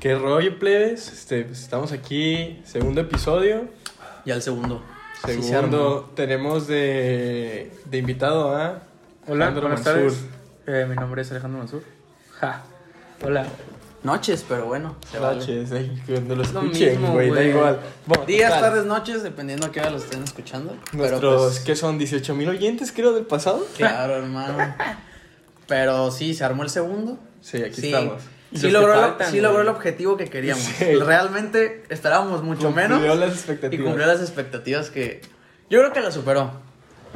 ¿Qué rollo, plebes? Este, pues, estamos aquí, segundo episodio. Ya el segundo. Sí se Segundo, tenemos de, de invitado a. Hola, Alejandro buenas Mansur. tardes. Eh, mi nombre es Alejandro Mansur. Ja. Hola. Noches, pero bueno. se vale. Baches, ay, que no lo lo escuchen, mismo, güey, da güey. igual. Bueno, Días, total, tardes, noches, dependiendo a qué hora lo estén escuchando. Pero Nuestros, pues, ¿qué son? ¿18 mil oyentes, creo, del pasado? claro, hermano. Pero sí, se armó el segundo. Sí, aquí sí. estamos. Y Sí los logró, que lo- faltan, sí güey. logró el objetivo que queríamos. Sí. Realmente esperábamos mucho Cumplió menos las y expectativas. cumplió las expectativas que... Yo creo que la superó.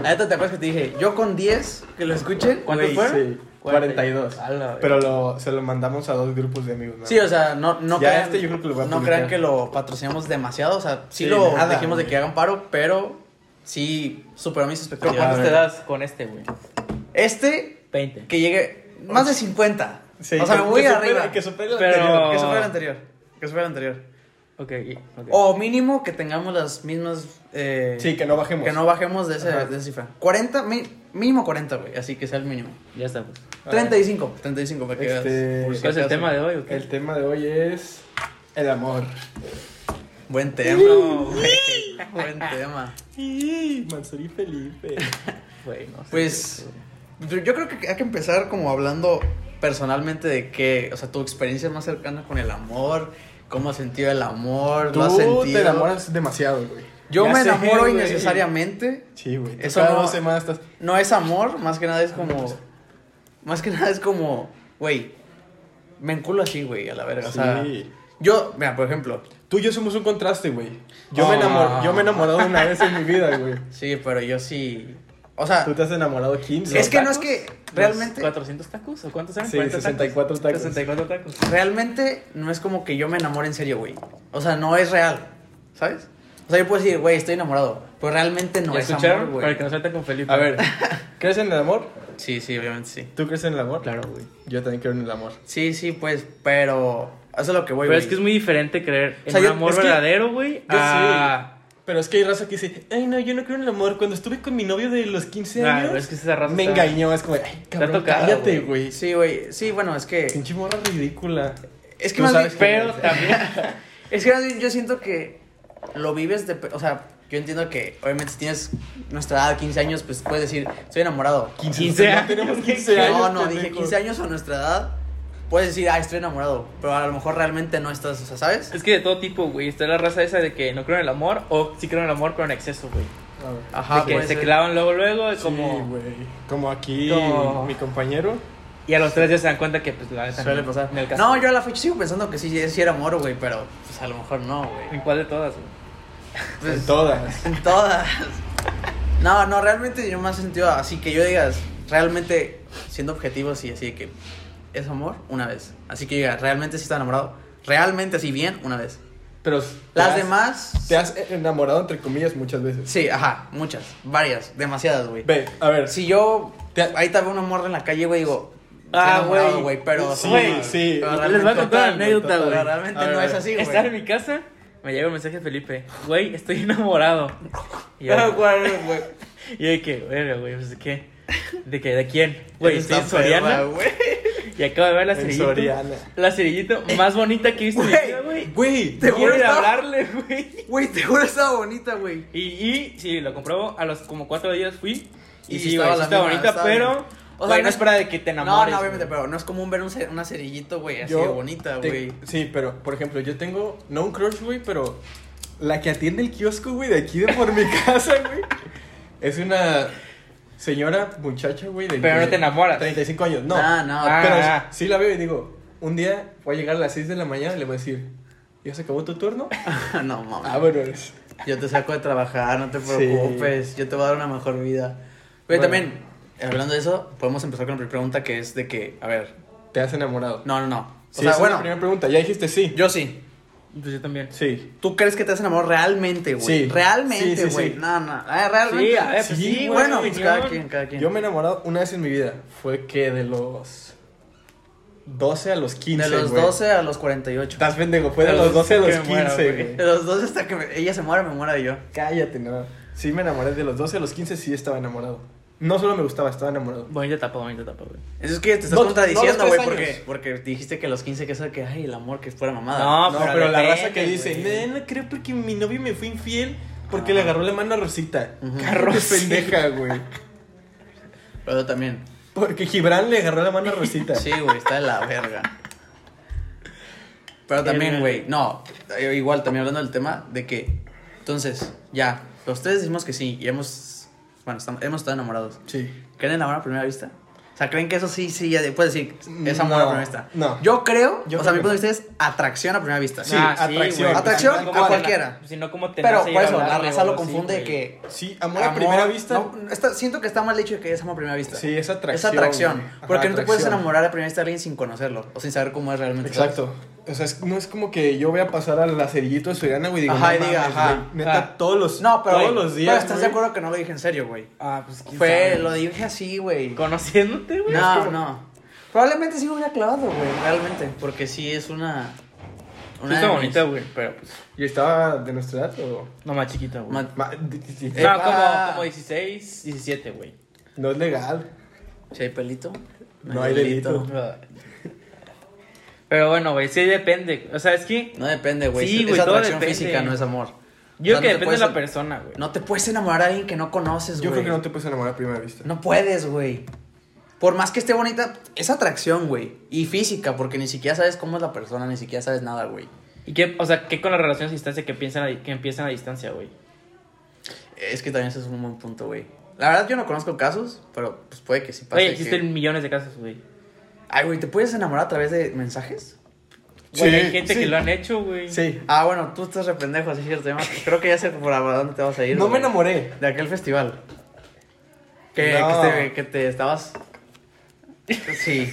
La neta, ¿te acuerdas que te dije? Yo con 10, que lo escuchen. ¿Cuántos güey, fueron? Sí, 42. A la verga. Pero lo, se lo mandamos a dos grupos de amigos, ¿no? Sí, o sea, no, no, Ya crean, este yo creo que lo voy a no publicar. crean que lo patrocinamos demasiado. O sea, sí, Sí, lo nada, dijimos de güey. que hagan paro, pero sí superó mis ¿Pero expectativas. cuántos te das con este, güey? Este, 20. que llegue más de 50. Sí, o sea, que- me voy que supere- arriba. Que supere el Pero- anterior. Que supere el anterior. Que supere el anterior. Ok, y- ok. O mínimo que tengamos las mismas. eh, Sí, que no bajemos. que no bajemos de, ese- Ajá. de esa cifra. 40, mi- mínimo 40, güey. Así que sea el mínimo. Ya está, pues. A ver. 35. 35, para que veas. Ah. Este, Por si ¿Cuál es el acaso. tema de hoy o qué? El tema de hoy es el amor. Buen tema, güey. Buen tema. Mansur y Felipe. Güey, no sé. Pues yo yo creo que hay que empezar como hablando personalmente de qué, o sea, tu experiencia más cercana con el amor, cómo has sentido el amor, Tú lo has sentido. te enamoras demasiado, güey. Yo Ya me sé, enamoro güey. innecesariamente. Sí, güey. Tú Eso cada no- dos semanas estás. No es amor, más que nada es como más que nada es como, güey, me enculo así, güey, a la verga, o sea, Sí. yo, mira, por ejemplo, Tú y yo somos un contraste, güey. Yo, me Ah. enamor... yo me he enamorado una vez en mi vida, güey. sí, pero yo sí, o sea, Tú te has enamorado 15. es que no tacos? es que ¿Los realmente 400 tacos o cuántos eran? Sí, 40 64 tacos. 64 tacos. realmente no es como que yo me enamore en serio, güey. O sea, no es real, ¿sabes? O sea, yo puedo decir, güey, estoy enamorado, pero realmente no ¿Ya es escucharon? amor, Para güey. que no salten con Felipe. A ver, ¿crees en el amor? Sí, sí, obviamente sí. ¿Tú crees en el amor? Claro, güey. Yo también creo en el amor. Sí, sí, pues, pero eso es lo que voy, Pero güey. es que es muy diferente creer en O sea, un yo- amor es que- verdadero, güey, Yo a... Pero es que hay raza que dice, ay no, yo no creo en el amor. Cuando estuve con mi novio de los 15 Nah, años, es que esa raza me está- engañó. Es como, ay, cabrón, tocada, cállate, güey. güey. Sí, güey. Sí, bueno, es que Pinche morra ridícula. es que Tú más sabes bien- Pero también... es que más bien yo siento que lo vives de, o sea, yo entiendo que obviamente si tienes nuestra edad, 15 años, pues puedes decir, estoy enamorado. 15, 15 no años. tenemos 15 años. no, no, dije pendejo. 15 años o nuestra edad. Puedes decir, ah, estoy enamorado, pero a lo mejor realmente no estás, o sea, ¿sabes? Es que de todo tipo, güey. Está la raza esa de que no creo en el amor o sí creo en el amor, pero en exceso, güey. A ver. Ajá, de que puede se ser. clavan luego, luego, Sí, como... güey. Como aquí No. mi compañero. Y a los tres ya se dan cuenta que, pues, la neta... Suele no. pasar. En el caso... No, yo a la fecha sigo pensando que sí, sí era amor, güey, pero pues a lo mejor no, güey. ¿En cuál de todas, güey? Pues, en todas. en todas. No, no, realmente yo me he sentido así que yo digas, realmente siendo objetivos y así de que es amor una vez. Así que diga, realmente sí está enamorado. Realmente así bien una vez. Pero Las te has- demás Te has enamorado, entre comillas, muchas veces. Sí, ajá, muchas, varias, demasiadas, güey. Ve, a ver. Si yo Te- ahí te veo una morra en la calle, güey, digo, Ah, ah, güey. güey, güey, pero Sí, güey, sí. pero Les realmente- voy a contar una anécdota, pero total. güey. realmente A ver, no a es ver. así, güey. Estaba en mi casa, me llega un mensaje de Felipe. Güey, estoy enamorado. Y yo, Ah, güey, güey. y yo de que, verga, güey, pues, ¿de qué? ¿De qué? ¿De quién? Güey, Eres estoy en una perra, Soriana ah, güey. y acabo de ver la En cerillito. Soriana. La cerillito más bonita que he visto en mi Güey, vida, güey. Güey, te juro Quiero ir a estaba- hablarle, güey. Güey, te juro estaba bonita, güey. Y, y sí, lo comprobó, a los como cuatro días fui. Y, Y sí, sí güey, estaba sí la estaba misma, bonita, estaba pero... bien. O sea, güey, no no es- espera de que te No, enamores. no, obviamente, güey. pero no es común ver un, ce- una cerillito, güey, así Yo de bonita, te- güey. Sí, pero, por ejemplo, yo tengo, no un crush, güey, pero la que atiende el kiosco, güey, de aquí de por mi casa, güey, es una señora, muchacha, güey, de Pero no te enamoras. 35 años, no. Ah, no, Ah, pero ah. sí la veo y digo, un día voy a llegar a las 6 de la mañana y le voy a decir, ¿ya se acabó tu turno? no, mames. ah, bueno, es. Yo te saco de trabajar, no te Sí. preocupes. Yo te voy a dar una mejor vida. Pero Bueno. también, hablando de eso, podemos empezar con la primera pregunta que es de que, a ver, Te has enamorado. no, no, no. O Sí, esa sea, es la bueno, primera pregunta, ya dijiste sí. yo sí. Pues yo también. Sí. ¿Tú crees que te has enamorado realmente, güey? Sí. Sí, Realmente, sí, güey. sí. No, no. eh, realmente. Sí, a ver, Sí, pues sí, güey, güey. bueno, pues cada cabrón. quien, cada quien. Yo me he enamorado una vez en mi vida. Fue que de los 12 a los 15. De los güey. 12 a los 48. Estás pendejo, fue de los 12 a los 15, güey. De los 12 hasta que me- ella se muera, me muera yo. Cállate, no. Sí me enamoré de los 12 a los 15, sí estaba enamorado. No solo me gustaba, estaba enamorado. Bonita etapa, bonita etapa, güey. Eso es que te estás No, no contradiciendo, los güey, tres porque, años. porque dijiste que a los 15 que eso que, ay, el amor, que fuera mamada. No, No, pero pero, la depende, raza que dice, güey. no, no creo porque mi novio me fue infiel porque Ah. le agarró la mano a Rosita. Ujú. Cállate, pendeja, güey. Pero también. Porque Gibran le agarró la mano a Rosita. Sí, güey, está de la verga. Pero también, güey, no, eh, igual también hablando del tema de que, entonces, ya, los tres decimos que sí y hemos, bueno, estamos- hemos estado enamorados. Sí. ¿Creen en la amor a primera vista? O sea, ¿creen que eso sí, sí, ya puedes decir, es amor a No, primera vista? no. Yo creo, Yo o creo sea, mi que punto de vista es atracción a primera vista. Sí, Ah, atracción. güey, pues, Atracción si no, a ¿cómo te na- cualquiera. Si no, como te Pero nace por ir a eso, la hablarle, raza lo güey, sí, confunde güey. que... Sí, amor, a amor- primera vista. no, no, está- siento que está mal hecho que es amor a primera vista. Sí, es Es atracción. atracción. güey. Ajá, Porque no te puedes atracción. enamorar a primera vista de alguien sin conocerlo o sin saber cómo es realmente. ¿sabes? Exacto. O sea, es- no es como que yo voy a pasar al lacerillito de Soriana, güey, y digo, Ajá, no y diga, mames, ajá, güey, Neta, ajá. todos los, No, pero, todos los días, pero estás de güey. acuerdo que no lo dije en serio, güey. Ah, pues quién Fue, sabe. lo dije así, güey. Conociéndote, güey. No, no. Probablemente sí me hubiera clavado, güey, realmente. Porque sí es una. Sí de está mis- bonita, güey, pero pues. ¿Y estaba de nuestra edad o...? No más chiquita, güey. Ma- Ma- di- di- di- Eh. No, Epa. como, como 16, 17, güey. No es legal. Si hay pelito, No hay delito. Pero bueno, güey, sí depende. O sea, es que No depende, güey. Sí, Es- güey, es todo atracción depende. física, no es amor. O yo sea, no te creo que depende de puedes- la persona, güey. No te puedes enamorar a alguien que no conoces, güey. Yo creo que no te puedes enamorar a primera vista. No puedes, güey. Por más que esté bonita, es atracción, güey. Y física, porque ni siquiera sabes cómo es la persona, ni siquiera sabes nada, güey. ¿Y qué, o sea, qué con las relaciones a distancia que, piensan a- que empiezan a distancia, güey? Es que también ese es un buen punto, güey. La verdad, yo no conozco casos, pero pues puede que sí pase. Güey, que- existen millones de casos, güey. Ay, güey, ¿te puedes enamorar a través de mensajes? Güey, Sí, hay gente sí. que lo han hecho, güey. Sí. Ah, bueno, tú estás re pendejo, así es el tema. Creo que ya sé por a dónde te vas a ir. No me güey. enamoré. De aquel festival. Que, No. que, te, que te estabas. Sí.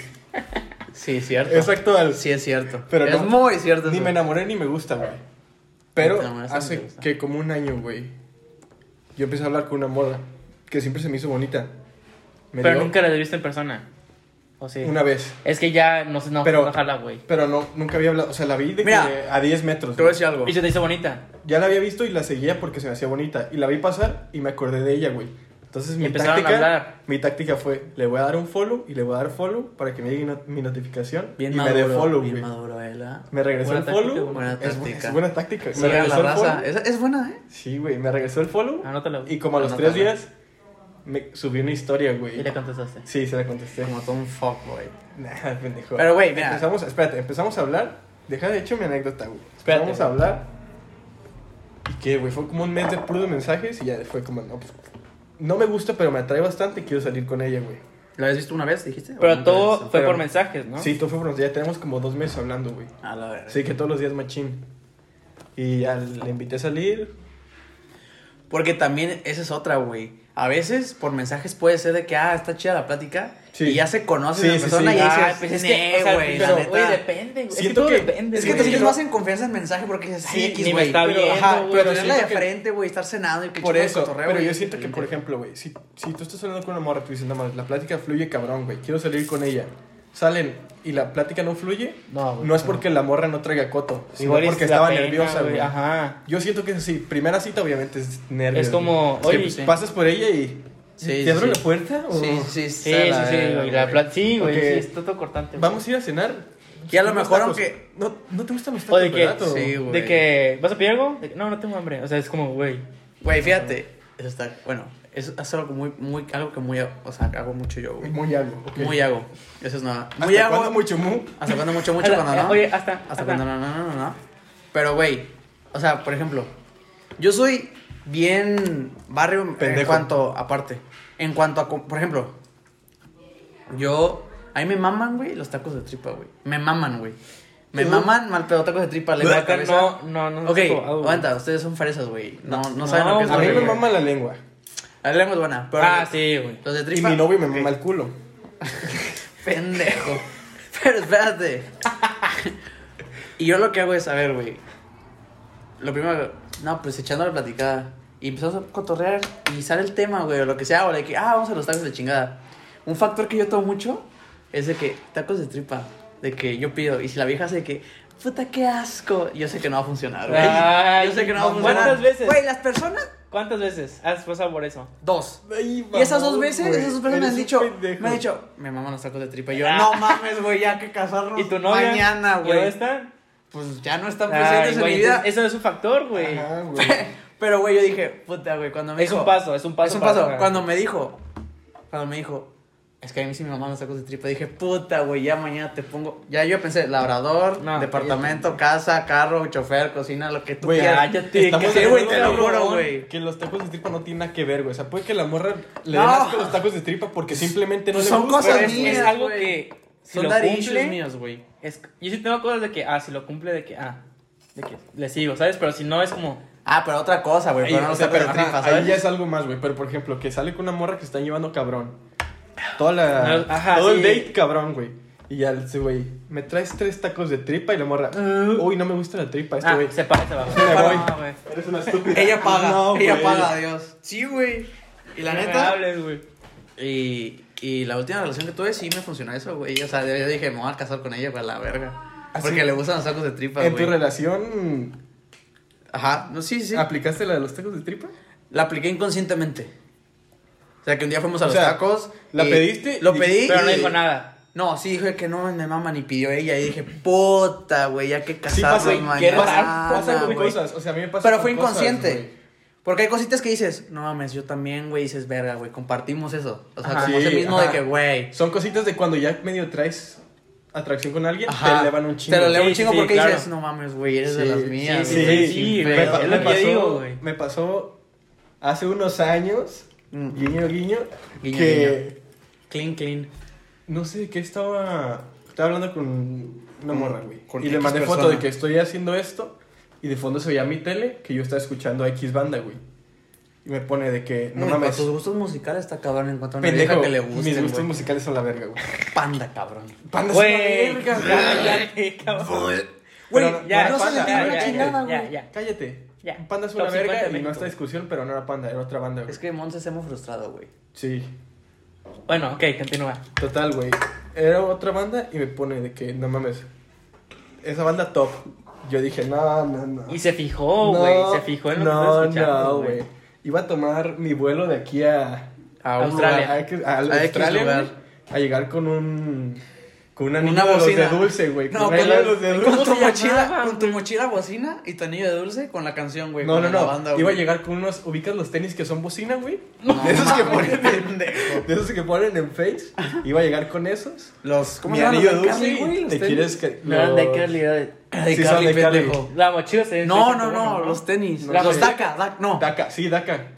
Sí, cierto. Es actual. Sí, es cierto. Pero es no- muy cierto. Ni eso. me enamoré ni me gusta, güey. Ni Pero te enamoraste, ni te hace gusta. que como un año, güey, yo empecé a hablar con una morra que siempre se me hizo bonita. Me Pero dio nunca la he visto en persona. O sea, Una vez. es que ya no se no, Pero- no jala, güey. Pero no, nunca había hablado. O sea, la vi de Mira, que a 10 metros. Te voy güey. a decir algo. Y se te hizo bonita. Ya la había visto y la seguía porque se me hacía bonita. Y la vi pasar y me acordé de ella, güey. Entonces Y mi empezaron a táctica, hablar. mi táctica fue, le voy a dar un follow y le voy a dar follow para que me llegue no- mi notificación Bien y maduro. me dé follow, bien güey. maduro, él, ¿ah? Me regresó Buena el táctica, follow. buena es, bu- táctica. es buena táctica. Sí, me a la regresó el raza. follow. Es, es buena, ¿eh? Sí, güey, me regresó el follow. Anótalo. Y como a los Anótala. tres días, me subí una historia, Y güey. le contestaste. Sí, se la contesté. Como todo un fuck, güey. Nah, pendejo. Pero, güey, mira. Empezamos, espérate, empezamos a hablar. Deja de hecho mi anécdota, güey. Espérate, Empezamos a güey. hablar. ¿Y qué, güey? Fue como un mes de puros mensajes y ya fue como, no, pues. No me gusta, pero me atrae bastante. Quiero salir con ella, güey. ¿Lo habías visto una vez, dijiste? ¿O Pero nunca habías todo visto? fue pero- por mensajes, ¿no? Sí, todo fue por Ya tenemos como dos meses hablando, güey. A la verga. Sí, que todos los días machín. Y ya le invité a salir. Porque también esa es otra, güey. A veces por mensajes puede ser de que, ah, está chida la plática. Sí. Y ya se conoce Sí, la sí, persona sí. Ah, y Ay, dices, pues es "Nee, que, o sea, güey, la pero, neta". güey, depende, güey. Es que Siento todo que- depende, Es que te güey. sientes más en confianza en mensaje porque dices, Sí, sí, X, ni me güey. está Pero, viendo, ajá, pero güey. Pero tenerla de siento que- frente, güey, estar cenando y que Por chido eso, cotorreo, pero güey, yo es siento que, por diferente. ejemplo, güey, si, si tú estás hablando con una morra, tú dices, no mames, la plática fluye cabrón, güey, quiero salir con ella. Salen y la plática no fluye, No, no, güey, es no. porque la morra no traiga coto, sino Igual es porque la estaba pena, nerviosa, güey. Ajá. Yo siento que es así, primera cita obviamente es nervioso. Es como, oye, sí. pues, pasas por ella y Sí, te sí, abro sí. la puerta o Sí, sí, sí. Sí, está sí, la sí, verga, güey. La pla- sí, güey, Ok. sí, es todo cortante. güey. vamos a ir a cenar. Y a lo Unos mejor tacos. aunque- no no te gustan los O tacos, de que, ¿verdad? O- Sí, güey. de que, ¿vas a pedir algo? De que, no, no tengo hambre. O sea, es como, güey. Güey, fíjate. Eso está, bueno, eso es algo muy, muy, algo que muy, o sea, hago mucho yo, güey. muy algo. ok. Muy hago. Eso es nada. ¿Hasta Muy hago. cuándo mucho mu? Hasta cuando mucho, mucho, Hasta- cuando no. Oye, hasta- Hasta hasta. cuando no, no, no, no, no. Pero, güey, o sea, por ejemplo, yo soy bien barrio en Pendejo. cuanto, aparte, en cuanto a, co- por ejemplo, yo, a mí me maman, güey, los tacos de tripa, güey. Me maman, güey. Me ¿Tú? maman mal pedo tacos de tripa, lengua, Acá cabeza. no, no, no. no ok, se ha probado, güey. aguanta, ustedes son fresas, güey. No, no, No, saben lo que es A la mí me lengua. mama la lengua La lengua es buena, pero Ah, sí, güey. los de y tripa, mi novio me ok. mama el culo. Pendejo. Pero espérate. y yo lo que hago es, a ver, güey. Lo primero, no, pues echando la platicada. Y empezamos a cotorrear y sale el tema, güey, o lo que sea, o de que, ah, vamos a los tacos de chingada. Un factor que yo tomo mucho es de que, tacos de tripa, de que yo pido. Y si la vieja hace de que, puta, qué asco, yo sé que no va a funcionar, güey. Ay, yo sé que no va a ¿cuántas funcionar. veces? Güey, las personas ¿Cuántas veces has pasado por eso? Dos. Ay, Y esas mamón, dos veces, güey, esas dos personas me eres han un dicho, pendejo. me han dicho, me maman los tacos de tripa. Y yo, Ah. no mames, güey, ya que casarnos ¿Y tu novia? mañana, ¿Y dónde güey. está? Pues ya no están Ay, presentes en güey, mi vida. entonces, Eso es un factor, güey. Ajá, güey. Pero, güey, yo dije, puta, güey, cuando me Es dijo. un paso, es un paso. Es un para paso. lograr. Cuando me dijo, cuando me dijo, es que a mí sí mi mamá me sacó de tripa, dije, puta, güey, ya mañana te pongo. Ya yo pensé, labrador, No, departamento, casa, carro, chofer, cocina, lo que tú Güey, quieras. cállate, Estamos Sí, de güey, acuerdo, te lo cabrón, juro, güey. Que los tacos de tripa no tienen nada que ver, güey. O sea, puede que la morra le No. Pues den asco a los tacos de tripa porque simplemente no le Son gustan. cosas Pero es, güey. mías. es algo güey. que. Si Son lo dar cumple, issues míos, güey. es- yo sí tengo cosas de que, ah, si lo cumple, de que, ah, de que le sigo, ¿sabes? Pero si no, es como, Ah, pero otra cosa, güey, Ahí, pero no o los sea, tacos de pero, ajá, tripa, ahí ¿sabes? ya es algo más, güey. Pero por ejemplo, que sale con una morra que está llevando cabrón. Toda la, No, ajá, todo el sí. date cabrón, güey. Y ya, ese güey, me traes tres tacos de tripa y la morra. Uh. Uy, no me gusta la Pues tripa, este ah, güey. se para, se va. güey. Me Ah, voy. güey. Eres una estúpida. Ella paga, No, ella güey. paga, Dios. Sí, güey. Y la No me neta. hables, güey. Y, y la última relación que tuve sí me funcionó eso, güey. O sea, yo yo dije, me voy a casar con ella para la verga. ¿Ah, Porque sí? le gustan los tacos de tripa, En tu güey. relación, Ajá, no, sí, sí. ¿aplicaste la de los tacos de tripa? La apliqué inconscientemente. O sea, que un día fuimos a O los sea, tacos. la y- pediste Lo y- pedí. Pero no y- dijo nada. No, sí, dijo que no me mama ni pidió ella. Y dije, puta, güey, ya que Sí, casarnos pasa, mañana. ¿qué pasa? Pasa con güey. cosas. O sea, a mí me pasa Pero con fue cosas, inconsciente. güey. Porque hay cositas que dices, no mames, yo también, güey, dices, verga, güey, compartimos eso. O sea, Ajá. como ese Sí, mismo de ajá. que, güey, Son cositas de cuando ya medio traes atracción con alguien, Ajá. te elevan un chingo. Te lo elevan un Sí, sí, chingo sí, porque claro. dices, no mames, güey, eres de Sí, las sí, mías. sí, güey, sí, sin sí, Me, güey, pedo, pa- es me lo que pasó, yo digo, güey. me pasó hace unos años, Mm. guiño, guiño, Guiño, que Clean, clean. no sé de qué estaba. Estaba hablando con una Con- morra, güey. Mm, con Y le X mandé foto persona. de que estoy haciendo esto. Y de fondo se veía mi tele que yo estaba escuchando a X banda, güey. Y me pone de que, no No mames. mames, Tus gustos musicales está cabrón en cuanto a una pendejo, vieja que le mis guste, gustos güey. musicales son la verga, güey. Panda, cabrón. Panda es Güey, una ya, verga, güey. ya, qué cabrón. Pero Güey, ya, no se panda, le ya, entiende una ya, chingada, ya, güey. ya. Cállate. Ya. Panda es una Top verga 50 de y no México. está discusión, pero no era panda, era otra banda, güey. Es que Monse se hemos frustrado, güey. Sí. Bueno, ok, continúa. Total, güey. Era otra banda y me pone de que, no mames, esa banda top. Yo dije, no, no, no. Y se fijó, güey. se fijó en lo que estaba No, escuchando. no, güey. Iba a tomar mi vuelo de aquí a... A un Australia. lugar, a que- a, A X Australia, lugar. güey, A llegar con un... Con un anillo Una de los de bocina. dulce, güey. No, con con, uno de los de con dulce. tu ¿Cómo se mochila, llamaban, con tu mochila bocina y tu anillo de dulce con la canción, güey. No, con no, la no. banda, Iba a güey. llegar con unos... ¿Ubicas los tenis que son bocina, güey? No, de esos que mames, ponen pendejo. en... De esos que ponen en Face. Iba a llegar con esos. Los, Mi anillo dulce Carly, güey? y Los te tenis. quieres que... No eran de los- Carly, era de- De Sí, son Carly, de Carly. pendejo. La mochila se No, se- no, no, los tenis. No, los sí. DACA, DAC, no. Daca, sí, Daca.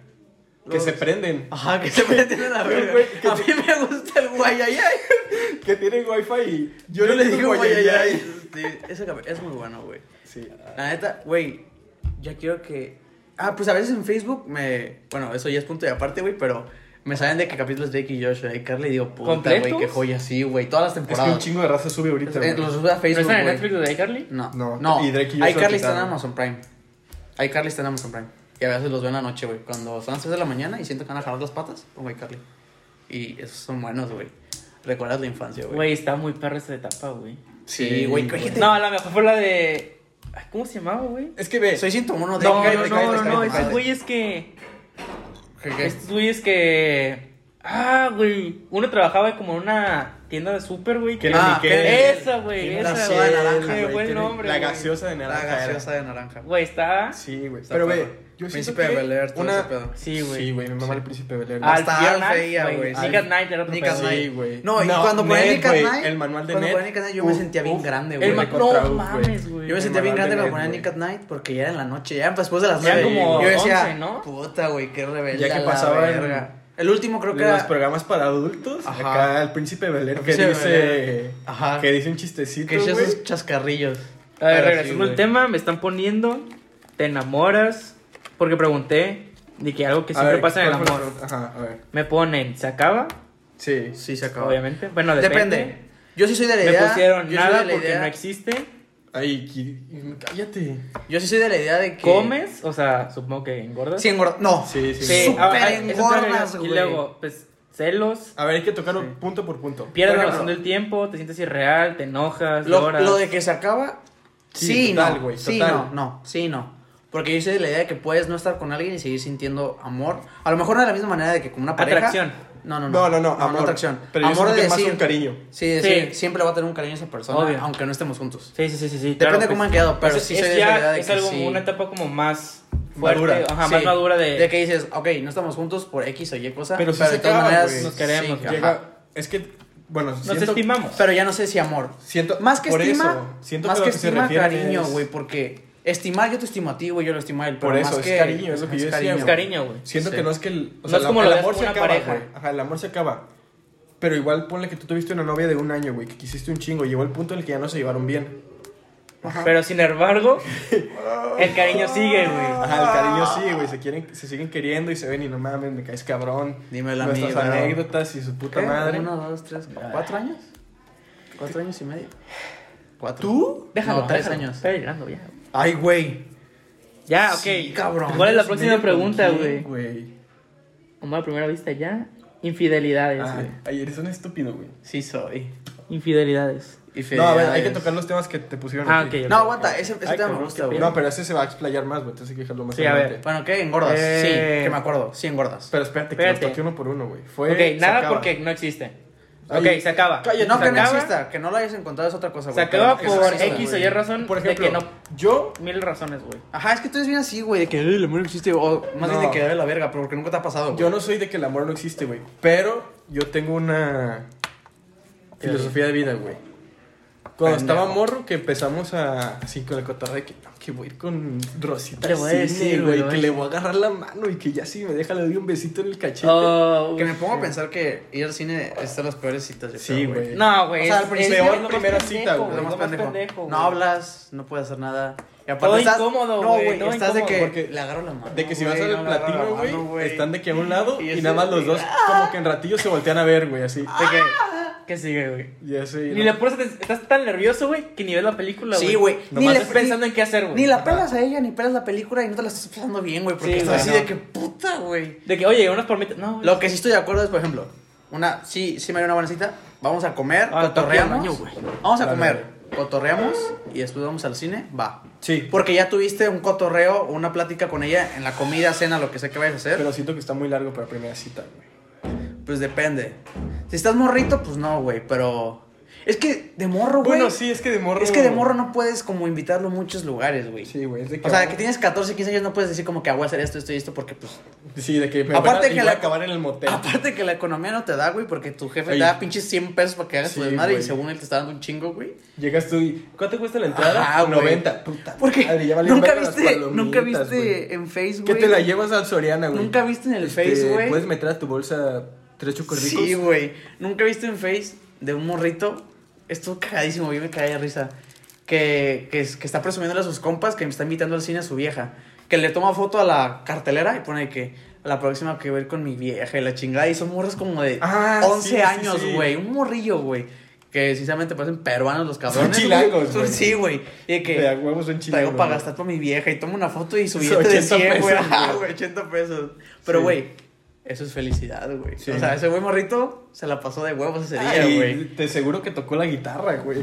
Que Los- se prenden. Ajá, que se meten en la verga. Güey, que A mí me gusta el guay, ay, ay. Que tienen wifi y Yo no le digo guay, ay, guayayay. ay. Sí, ese cab- es muy bueno, güey. Sí. La neta, güey, ya quiero que... Ah, pues a veces en Facebook me... Bueno, eso ya es punto y aparte, güey, pero... Me saben de qué capítulos Drake y Joshua y Carly y digo, puta, güey, ¿Completos? qué joya, sí, güey, todas las Es que un temporadas. chingo de raza sube ahorita. Eh, güey. los sube a ¿No Facebook, están en güey. Netflix de iCarly? No. No, No. y Drake y yo Hay se lo Carly está en quitaron. Amazon Prime. Hay Carly está en Amazon Prime. Y a veces los veo en la noche, güey. Cuando son las 3 de la mañana y siento que van a jalar las patas, pongo iCarly. Y esos son buenos, güey. Recuerdas la infancia, güey. Güey, está muy perra esa etapa, güey. Sí, güey. Este- cállate. No, la mejor fue la de. Ay, ¿Cómo se llamaba, güey? Es que ve. Soy 101 de No, cállate, cállate, no, cállate, no, no, cállate, esos cállate. güeyes que. ¿Qué, qué? Estos güeyes que. Ah, güey. Uno trabajaba como en una tienda de súper, güey. Que Que no, Ah, ni que. Esa, güey. Tiene la Esa, soda de güey, naranja, se me fue el tiene- nombre. La güey. gaseosa de La naranja. era. gaseosa de naranja. Güey, está. Sí, güey. Está Pero perro. ve. Yo Príncipe de Bel Air, todo ese pedo. Sí, güey. Sí, güey, mi mamá el príncipe de Bel Air. Ah, Hasta- Hasta Fear Alf Night, veía, güey. güey. Nick at Night era otro Nick pedo. at Pues Sí, Night. güey. No, y No, cuando ponía Ned, Nick at güey, Night. el manual de Cuando Ned. ponía Nick at Night yo me Uf, sentía bien uf. grande, El güey. ma- Nick at No Trout, mames, güey. Yo me El sentía bien manual grande de cuando Ned, ponía güey. Nick at Night porque ya era en la noche, ya después de las Ya 9. como yo decía, 11, ¿no? puta, güey, qué rebelde. Ya que la pasaba en- verga. El último creo que los era. programas para adultos. Ajá. Acá el príncipe de Bel Air El que príncipe de Bel dice. Air. Ajá. Que dice un chistecito. Que hacía güey. esos chascarrillos. A Pero ver, sí, regresando al güey. tema, me están poniendo. Te enamoras. Porque pregunté de que algo que A siempre ver, pasa en el ¿cuál fue amor. la pregunta? Ajá, a ver. Me ponen, ¿se acaba? Sí. Sí, se acabó. Obviamente. Bueno, depende. Depende. Yo sí soy de la Me idea. pusieron yo soy nada de la porque idea- no existe. Ay, qui- cállate. Yo sí soy de la idea de que. ¿Comes? O sea, supongo que engordas. Sí, engorda. No. Sí, sí. Sí. ah, ah, Súper eso te engordas, agrega. güey. Y luego, pues, celos. A ver, hay que tocar un punto por punto. Pierdes Por la ejemplo, noción del tiempo, te sientes irreal, te enojas, Lo, lloras. lo de que se acaba. Sí, Sí, total, no. güey, sí, total. no, no. Sí, no. Porque yo soy de la idea de que puedes no estar con alguien y seguir sintiendo amor. A lo mejor no de la misma manera de que con una pareja. Atracción. No, no, No, no. no, no, amor. atracción. Pero yo amor siento de que es más decir. un cariño. Sí, de decir, Sí. siempre va a tener un cariño a esa persona, Obvio. aunque no estemos juntos. Sí, sí, sí, sí. sí, Depende de cómo han quedado, pero es, sí es soy de la idea ya, de es que algo, sí. una etapa como más fuerte, Madura. Ajá, Sí. más madura de... De que dices, ok, no estamos juntos por X o Y cosa. Pero sí se de todas acaban, maneras. güey. Nos queremos, sí, Ajá. Llega- es que, bueno, Nos siento, estimamos. Pero ya no sé si amor. siento- Más que por estima, eso, siento más que, que, a lo que se estima, refieren cariño, es- güey, porque estimar, yo te estimo a ti, güey, yo lo estimo a él, pero Por eso, más es que cariño, es lo que yo decía, Es cariño, güey. Siento Sí. que no es que el, No es como lo el ves amor se con una acaba, pareja. güey. Ajá, el amor se acaba. Pero igual ponle que tú tuviste una novia de un año, güey, que quisiste un chingo. Llegó el punto en el que ya no se llevaron bien. Pero sin embargo, el cariño sigue, güey. Ajá, el cariño sí, güey. Se quieren, se siguen queriendo y se ven y no mames, me caes cabrón. Dímelo a mí, Nuestras bro. anécdotas y su puta ¿Qué? madre. Uno, dos, tres, cu- cuatro años. Cuatro años y medio. Cuatro. ¿Tú? Déjalo, No, tres déjalo. años. Está llorando ya. Ay, güey. Ya, ok. Sí, cabrón. ¿Cuál es la Dios próxima mío, pregunta, ¿con güey? quién, güey? Amor a primera vista ya. Infidelidades, güey. ah, Ay, ay, eres un estúpido, güey. Sí, soy. Infidelidades. Y No, a ver, hay felicidades. que tocar los temas que te pusieron. Ah, aquí. ok. Este No, aguanta, ese, ese Ay, tema me cabrón, gusta, qué güey. pedo. No, pero ese se va a explayar más, güey. Entonces hay que dejarlo más Sí, a ver. adelante. Bueno, ¿qué? Engordas. Eh. Sí, que me acuerdo. Sí, engordas. Pero espérate, que los Espérate. toqué uno por uno, güey. Fue. se Ok, nada acaba. porque no existe. Ay, ok, se acaba. cállate, no, se que no acaba, exista, que no lo hayas encontrado es otra cosa, Se güey. acaba pero que por exista, X o güey. Y razón Por ejemplo, de que no. yo. Mil razones, güey. Ajá, es que tú eres bien así, güey, de que "Ay, el amor existe, o más bien No. de que "Ay, la verga, pero porque nunca te ha pasado, güey. Yo no soy de que el amor no existe, güey. Pero yo tengo una filosofía de vida, güey. Cuando Pendejo. estaba morro, que empezamos a. Así con la cotorra de que no, que voy a ir con Rosita. Le al voy a cine, decir, güey, le güey. voy Que a le voy a agarrar la mano y que ya si me deja le doy un besito en el cachete. Oh, Que me uf. pongo a pensar que ir al cine es de las peores citas, yo Sí, creo, güey. No, güey. O sea, es- al es principio, lo la más primera pendejo, cita, güey, Es lo más pendejo, no güey. hablas, no puedes hacer nada. Y aparte Todo estás- incómodo, No, güey, güey, todo estás de que incómodo. Porque- le agarro la mano. De que si güey, vas al no le agarro la platino, mano, güey, están de que a un lado Y y, ese- nada más los dos, ¡ah! como que en ratillos se voltean a ver, güey, así. De que- ¿Qué sigue, güey? Ya sé. Ni le pones atención- Estás tan nervioso, güey, que ni ves la película, güey. Sí, güey. Nomás Ni le- Estás pensando en qué hacer, güey. Ni la pelas a ella, ni pelas la película y no te la estás pasando bien, güey. Porque Sí, estás así güey, de que puta, güey. De que, oye, unas palomitas. No, güey. Lo que sí estoy de acuerdo es, por ejemplo, una. Sí, sí me haría una buena cita. Vamos a comer, Ah, cotorreamos. toque al baño, güey. vamos a Claro. comer, cotorreamos y después vamos al cine. Va. Sí. Porque ya tuviste un cotorreo, una plática con ella en la comida, cena, lo que sea que vayas a hacer. Pero siento que está muy largo para primera cita, güey. Pues depende. Si estás morrito, pues no, güey. Pero. Es que de morro, güey. Bueno, sí, es que de morro. Es que de morro no puedes como invitarlo a muchos lugares, güey. Sí, güey, es de que. O sea, que tienes 14, 15 años no puedes decir como que "Ah, voy a hacer esto, esto y esto porque pues... Sí, de que me Aparte van a, y que voy la- a acabar en el motel. Aparte que la economía no te da, güey, porque tu jefe Ey. te da pinches 100 pesos para que hagas tu Sí, desmadre y güey. según él te está dando un chingo, güey. Llegas tú y. ¿Cuánto cuesta la entrada? Ajá, güey. 90. Puta. Porque madre, ya valieron nunca verga las viste, nunca palomitas, viste güey. en Facebook, ¿Qué te la llevas al Soriana, güey? Este, Nunca viste en el Face, güey. ¿Puedes meter a tu bolsa tres chocorricos? Sí, güey. Nunca he visto en Face de un morrito. Estuvo cagadísimo, yo me caí de risa. Que, que, es- que está presumiéndole a sus compas que me está invitando al cine a su vieja. Que le toma foto a la cartelera y pone que a la próxima que voy a ir con mi vieja y la chingada. Y son morros como de Ah, 11 sí, sí, años, sí. güey. Un morrillo, güey. Que sinceramente parecen peruanos los cabrones. güey. chilangos, güey. Sí, güey. Y de que De a huevos son chilenos. traigo para güey. gastar para mi vieja y tomo una foto y su Son billete de 80 100, güey. pesos, Ajá, güey. güey, 80 pesos. Pero, Sí. güey, eso es felicidad, güey. Sí. O sea, ese güey morrito se la pasó de huevos ese día, Ay, güey. Te aseguro que tocó la guitarra, güey.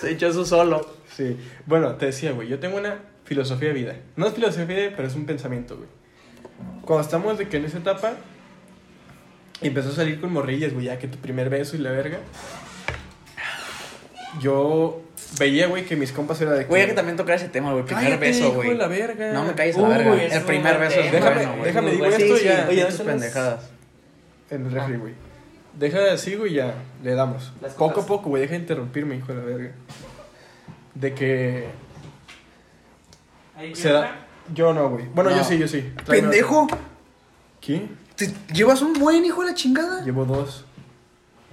Se echó eso solo. Sí. Bueno, te decía, güey, yo tengo una filosofía de vida. No es filosofía de vida, pero es un pensamiento, güey. Cuando estamos de que en esa etapa y empezó a salir con morrillas, güey, ya que tu primer beso y la verga. Yo veía, güey, que mis compas era de Güey, hay que también tocar ese tema, güey. Primer Cállate, beso, hijo güey. de la verga. No me calles a la Uy, verga. eso El primer no beso es te- Déjame- bueno, güey. déjame digo Sí, esto y sí, ya- Oye, ya tus son las- pendejadas. En el refri, güey. Deja así, güey, ya. Le damos. Las cosas. Poco a poco, güey. Deja de interrumpirme, hijo de la verga. De que. Ahí Se da. Yo no, güey. Bueno, No. yo sí, yo sí. Tráeme Pendejo, otro. ¿Qué? te llevas un buen hijo de la chingada. Llevo dos.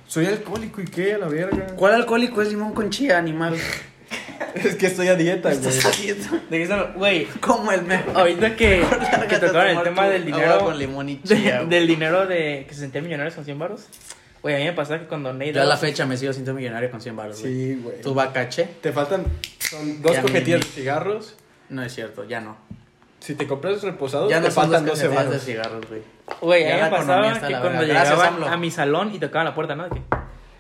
Soy alcohólico y qué, a la verga. ¿Cuál alcohólico es limón con chía, animal? Es que estoy a dieta, güey. Estás haciendo De que están- Güey, como el mejor. ahorita que, que tocaron el tema del dinero. con limón y de- chía, güey. del dinero de que se sentían millonarios con 100 baros. Güey, a mí me pasaba que cuando Ney Yo a daba- la fecha me sigo sintiendo millonario con 100 baros, güey. Sí, güey. ¿Tu bacache? Te faltan. Son dos Ya coquetillas me- de cigarros. No es cierto, ya no. Si te compras los reposados, Ya te no faltan faltan 12 12 de baros. cigarros, güey. Güey, Ya a mí la me economía pasaba está que la cuando verga. Gracias, llegaban AMLO. a mi salón y tocaban la puerta, ¿no? De que,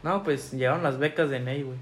no, pues llegaron las becas de Ney, güey.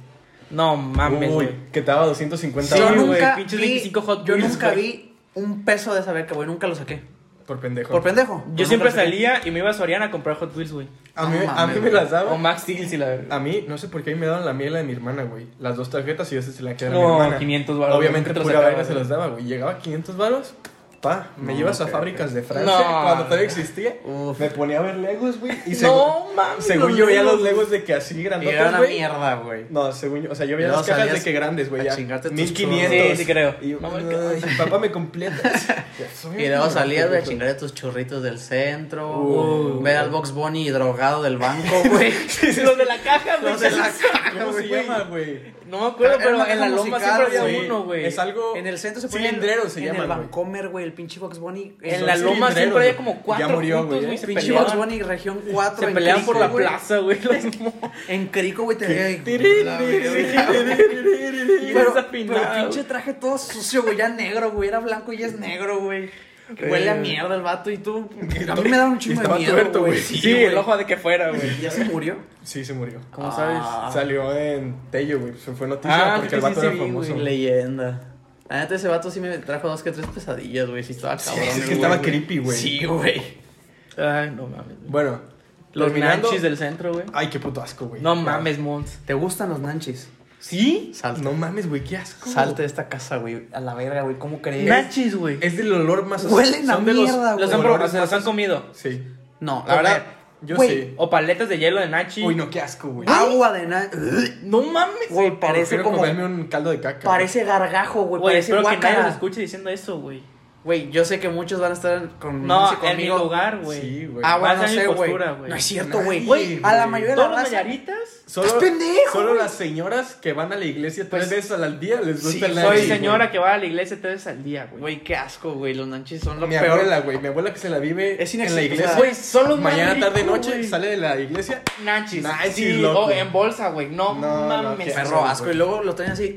No mames, Uy, güey. que te daba 250 Sí, yo baros. güey, nunca pinches vi, 25 Hot yo Wheels, nunca güey. vi un peso de saber que, güey, nunca lo saqué. Por pendejo. Por pendejo. Pues Yo siempre salía y me iba a Soriana a comprar Hot Wheels, güey. a mí, No a mí mames, me güey. las O daban. Max Steel, si la verdad. A mí, no sé por qué a mí me daban la mía y la de mi hermana, güey. Las dos tarjetas y a veces se la quedaba mi No, hermana. 500 baros. Obviamente, ¿Qué te pura sacaba, vaina se güey? las daba, güey. Llegaba a 500 varos. Pa, me No, llevas a ok, fábricas de Francia No. cuando todavía existía. Uf. Me ponía a ver Legos, güey. Y No, según, mames, según los yo veía Legos. los Legos de que así Y era grandotes, una güey. mierda, güey. No, según yo, o sea, yo Y veía luego las cajas de salías que grandes, güey, a ya. chingarte tus 1500. Sí, sí creo. Y yo, No, ay, cabrón. papá me completa. Y luego salías, güey, a chingar a tus churritos del centro. Uh. ver al Box Bunny drogado del banco, güey. Los de la caja, güey. Los de la caja, ¿Cómo se güey. llama, güey? No me acuerdo, Era pero una en la caja loma musical, siempre había güey. uno, güey. Es algo. En el centro se ponía. Cilindrero se En llama, el güey. Vancomer, güey, el pinche Box Bunny. En el la Son loma cilindreros, siempre había güey. como cuatro Ya murió, juntos, güey, güey. eh. ya. Se Pinche Box peleaban. Bunny región 4. Se peleaban por la güey. plaza, güey. los mo- En Crico, güey, te veía Y Pero, desafinado. pero pinche traje todo sucio, güey, ya negro, güey. Era blanco y ya es negro, güey. Que Huele a mierda el vato y tú. A mí me da un chingo de Estaba miedo, tuerto, güey. güey. Sí, güey. el ojo de que fuera, güey. ¿Ya se murió? Sí, se murió. ¿Cómo Ah. sabes? Salió en Tello, güey. Se fue noticia Ah, porque sí, el vato sí, era sí, vi, famoso. güey. Leyenda. La neta, ese vato sí me trajo dos que tres pesadillas, güey. Sí, estaba cabrón. es que güey. estaba creepy, güey. Sí, güey. Ay, no mames. güey. Bueno, Los terminando- nanchis del centro, güey. Ay, qué puto asco, güey. No mames, Mons. ¿Te gustan los nanchis? ¿Sí? Salte. No mames, güey, qué asco. Salte de esta casa, güey. A la verga, güey. ¿Cómo crees? Nachis, güey. Es del olor más Huelen a son de los- mierda, güey. Los han, olores probado, se los han más- comido. Sí. No, La la verdad, verdad. yo güey. sí. O paletas de hielo de Nachi. Uy, no, qué asco, güey. Ah, Agua de nanchis. No mames, Güey, parece Prefiero como. comerme un caldo de caca. Parece gargajo, güey. Güey, Parece espero que nadie nos guacara. escuche diciendo eso, güey. Güey, yo sé que muchos van a estar con No, Nancy en mi conmigo. lugar, güey. Sí, güey. güey. Ah, bueno, Vas no a mi sé, güey. postura, güey. No es cierto, güey. Nadie, Güey, a la güey. mayoría de ¿Todos la los raza. mayaritas? ¡Estás pendejo, Solo güey! las señoras que van a la iglesia tres Pues- veces al día les gusta Sí, el soy nachi, Soy güey. señora que va a la iglesia tres veces al día, güey. Güey, qué asco, güey. Los nanchis son lo Mi peor. abuela, güey. Mi abuela que se la vive Es en la iglesia. Güey, solo Mañana, tarde, noche sale de la iglesia. Nachis. Nachis, sí, loco. o en bolsa, güey. No, No, no, mames. qué Perro güey. asco. Y luego lo traen así.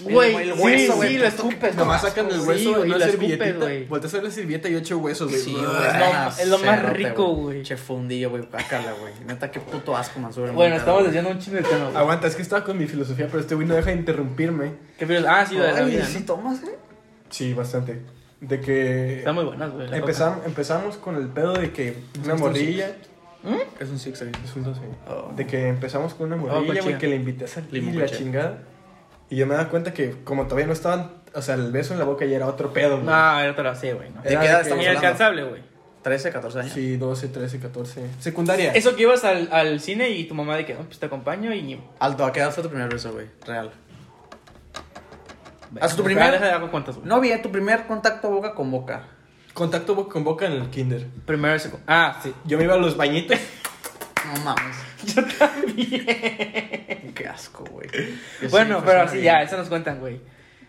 Güey, el sí, hueso, güey. sí, lo escupes. Nomás sacan el hueso sí, de güey, una lo servilletita. escupes, güey. Volteas a ver la servilleta y ocho huesos, güey. Sí, Uah. güey. no, es lo más Cerrote, rico, güey. Che fundillo, güey. Cácala, güey. Neta, qué puto asco, más Bueno, estamos diciendo un chingo de tema, güey. Aguanta, es que estaba con mi filosofía, pero este güey no deja de interrumpirme. ¿Qué frío? Ah, sí, lo de la vida, si ¿no? tomas, eh? güey? Sí, bastante. De que Están muy buenas, güey. la coca. empezamos, empezamos con el pedo de que una Sí, morrilla. Es un six ahí. Es un doce. Oh. De que empezamos con una Oh, morrilla, güey, cochea. que le invité a salir Limón y la cochea. chingada. Y yo me daba cuenta que, como todavía no estaban. O sea, el beso en la boca ya era otro pedo, güey. No, yo te lo sé, güey. ¿no? ¿De Era qué edad de que- estamos hablando? Inalcanzable, güey. 13, 14 años. Sí, 12, 13, 14. Secundaria. Eso que ibas al, al cine y tu mamá de que, "No, pues te acompaño y... Alto, ¿a qué edad fue tu primer beso, güey? Real. Haz ¿Haz tu primer? Deja de dar cuentas, güey. No, bien, tu primer contacto boca con boca. Contacto boca con boca en el kinder. Primero y segundo. Ah, sí. Yo me iba a los bañitos. No mames. Yo también. Qué asco, güey. Bueno, pero así ya, eso nos cuentan, güey.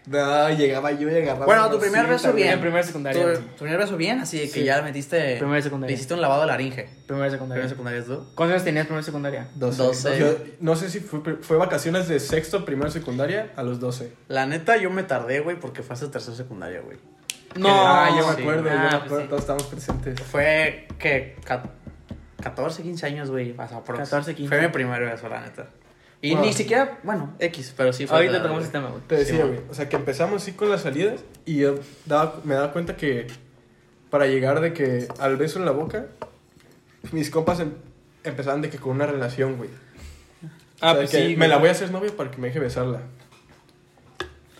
No, llegaba yo y agarraba. Bueno, la tu primer rosita, beso güey. bien. En primero y Tu, secundaria. tu primer beso bien, así de que Sí. ya le metiste. Primero y secundaria. Le hiciste un lavado de laringe. Primero y Primero y secundaria. secundaria es tú. ¿Cuántos años tenías primero y secundaria? 12. 12. Yo no sé si fue, pri- fue vacaciones de sexto, primero, secundaria a los 12. La neta, yo me tardé, güey, porque fue hasta tercero secundaria, güey. No, ah, yo me sí. acuerdo, yo Ah, me pues acuerdo, sí. todos estábamos presentes. Fue que ca- 14, 15 años, güey. o sea, aprox. 14, 15. Fue mi primer beso, la neta. Y Wow. ni siquiera, bueno, X, pero sí fue. Ahorita la- tocamos el tema, güey. Te decía, Sí, güey, o sea, que empezamos así con las salidas y yo daba- me daba cuenta que para llegar de que al beso en la boca, mis compas em- empezaban de que con una relación, güey. Ah, O sea, pues que sí. Me la voy güey. a hacer novia para que me deje besarla.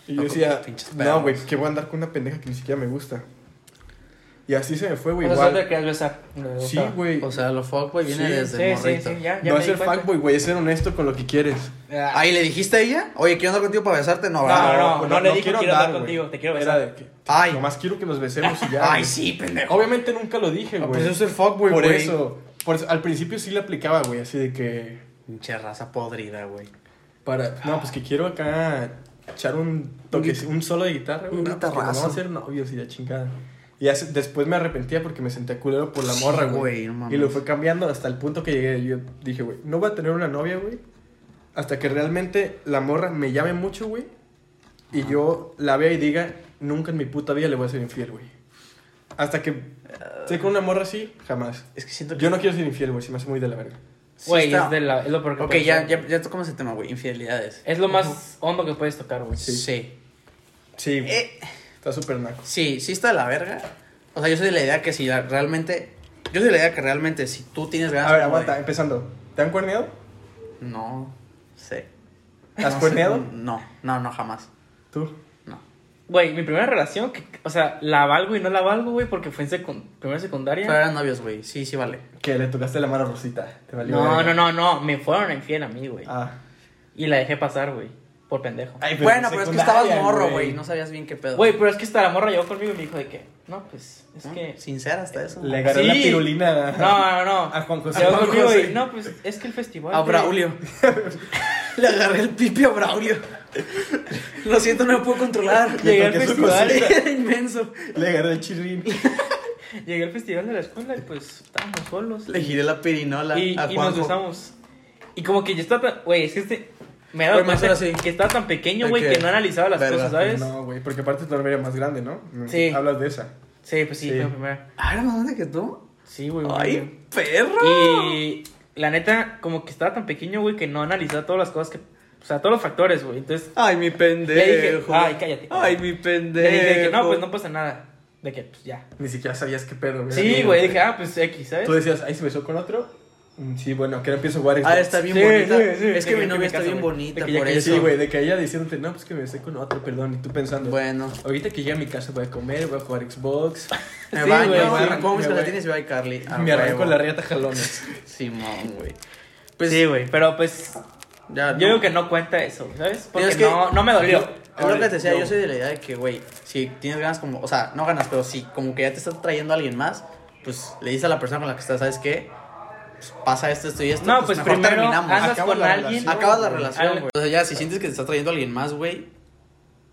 Y yo Loco, decía, pinches no, güey, perros". que voy a andar con una pendeja que ni siquiera me gusta. Y así se me fue, güey. O sea, igual. solo te querías besar. Me Sí, gustaba. güey. O sea, lo fuck, güey, viene Sí, desde Sí, sí, morrito. sí, ya, ya No me es di ser cuenta. fuckboy, güey, es ser honesto con lo que quieres. Ah, Ahí le dijiste a ella, oye, quiero andar contigo para besarte. No, No, ¿verdad? no, no le dijo, quiero "Quiero andar andar, güey". contigo, te quiero Era de besar. que, Ay. Nomás quiero que nos besemos y ya. Ay, güey. sí, pendejo. Obviamente nunca lo dije, güey. Pues eso es el fuckboy, Por güey. eso. Por eso, al principio sí le aplicaba, güey, así de que. Pinche raza podrida, güey. Para. No, pues que quiero acá echar un toque, un solo de guitarra, güey. no, Un pues que nos guitarrazo. Vamos a ser novios y la chingada. Y ya se- después me arrepentía porque me senté culero por la Sí, morra, güey, güey. no mames. y lo fue cambiando hasta el punto que llegué. Yo dije, güey, no voy a tener una novia, güey. Hasta que realmente la morra me llame mucho, güey. Y yo la vea y diga, nunca en mi puta vida le voy a ser infiel, güey. Hasta que esté con una morra así, jamás. Es que siento que. Yo no quiero ser infiel, güey. Se me hace muy de la verga. sí Güey, está- es, de la- es lo peor que Ok, puedes ya, hacer. ya, ya tocamos el tema, güey. Infidelidades. Es lo más hondo que puedes tocar, güey. Sí. Sí, güey. Eh, Está súper naco. Sí, sí está de la verga. O sea, yo soy de la idea que si la- realmente. Yo soy de la idea que realmente si tú tienes ganas. A ver, como de- aguanta, empezando. ¿Te han cuerneado? No sé. ¿Te has No sé, cuerneado? No, no, no, jamás. Tú. No. Güey, mi primera relación, que- o sea, la valgo y no la valgo, güey, porque fue en secund- primera secundaria. Pero eran novios, güey. Sí, sí, vale. Que le tocaste la mano a Rosita. Te valió No, no, verga. no, no, me fueron infiel a mí, güey. Ah. Y la dejé pasar, güey, por pendejo. Ay, bueno, pero es que secundaria, estabas morro, güey. No sabías bien qué pedo. Güey, pero es que hasta la morra llegó conmigo y me dijo de que, no, pues, es ¿No? que... Sincera hasta eso. Le agarré la Sí. pirulina. No, no, no. A Juan José. Llegó Juan conmigo José. y, no, pues, es que el festival... A de- Ah, Braulio. Le agarré el pipi a Braulio. Lo siento, no me puedo controlar. Llegué al toqué su festival, Era inmenso. Le agarré el chirrín. llegué al festival de la escuela y, pues, estábamos solos. Le giré la pirinola y, a y nos Juanjo. gustamos. Y como que yo estaba tan. Güey, es que este. Me he dado Güey, más cuenta ahora sí. que estaba tan pequeño, ¿De güey, qué? que no analizaba las Verga, cosas, ¿sabes? No, güey, porque aparte tu hermana era más grande, ¿no? Sí. Hablas de esa. Sí, pues sí, Sí. fue la primera. Ah, ¿era más grande que tú? Sí, güey. güey. ¡Ay, perro! Y la neta, como que estaba tan pequeño, güey, que no analizaba todas las cosas que. O sea, todos los factores, güey. Entonces, Ay, mi pendejo. Le dije, ay, cállate. Ay, mi le pendejo. dije de que no, pues no pasa nada. De que, pues ya. Ni siquiera sabías qué pedo, güey. Sí, Era güey, como- dije, ah, pues X, ¿sabes? Tú decías, ahí se besó con otro. Mm, Sí, bueno, que ahora empiezo a jugar Ah, Xbox. está bien Sí, bonita. sí, sí. es que De mi que novia me está caso, bien güey. bonita, De que ya por que eso. Sí, güey, de que ella diciéndote, no, pues que me besé con otro, perdón. Y tú pensando, Bueno, ahorita que llegue a mi casa voy a comer, voy a jugar Xbox. me Sí, baño, güey, me sí, arranco mis me voy. calcetines y voy a Carly. Ah, me arranco huevo. la riata jalones. Simón, güey. pues, sí, güey. Pero pues, Ya, yo ah, no. digo que no cuenta eso, ¿sabes? Porque es que- no, no me dolió. Es lo Ahora, que te decía, yo- yo soy de la idea de que, güey, si tienes ganas como, o sea, no ganas, pero si como que ya te está trayendo a alguien más, pues le dices a la persona con la que estás, ¿sabes qué? Pues pasa esto, esto y esto. No, pues, mejor primero terminamos. andas Acabo con la alguien. relación. Acabas la güey. relación, Al- güey. O sea, ya si sientes que te está trayendo a alguien más, güey,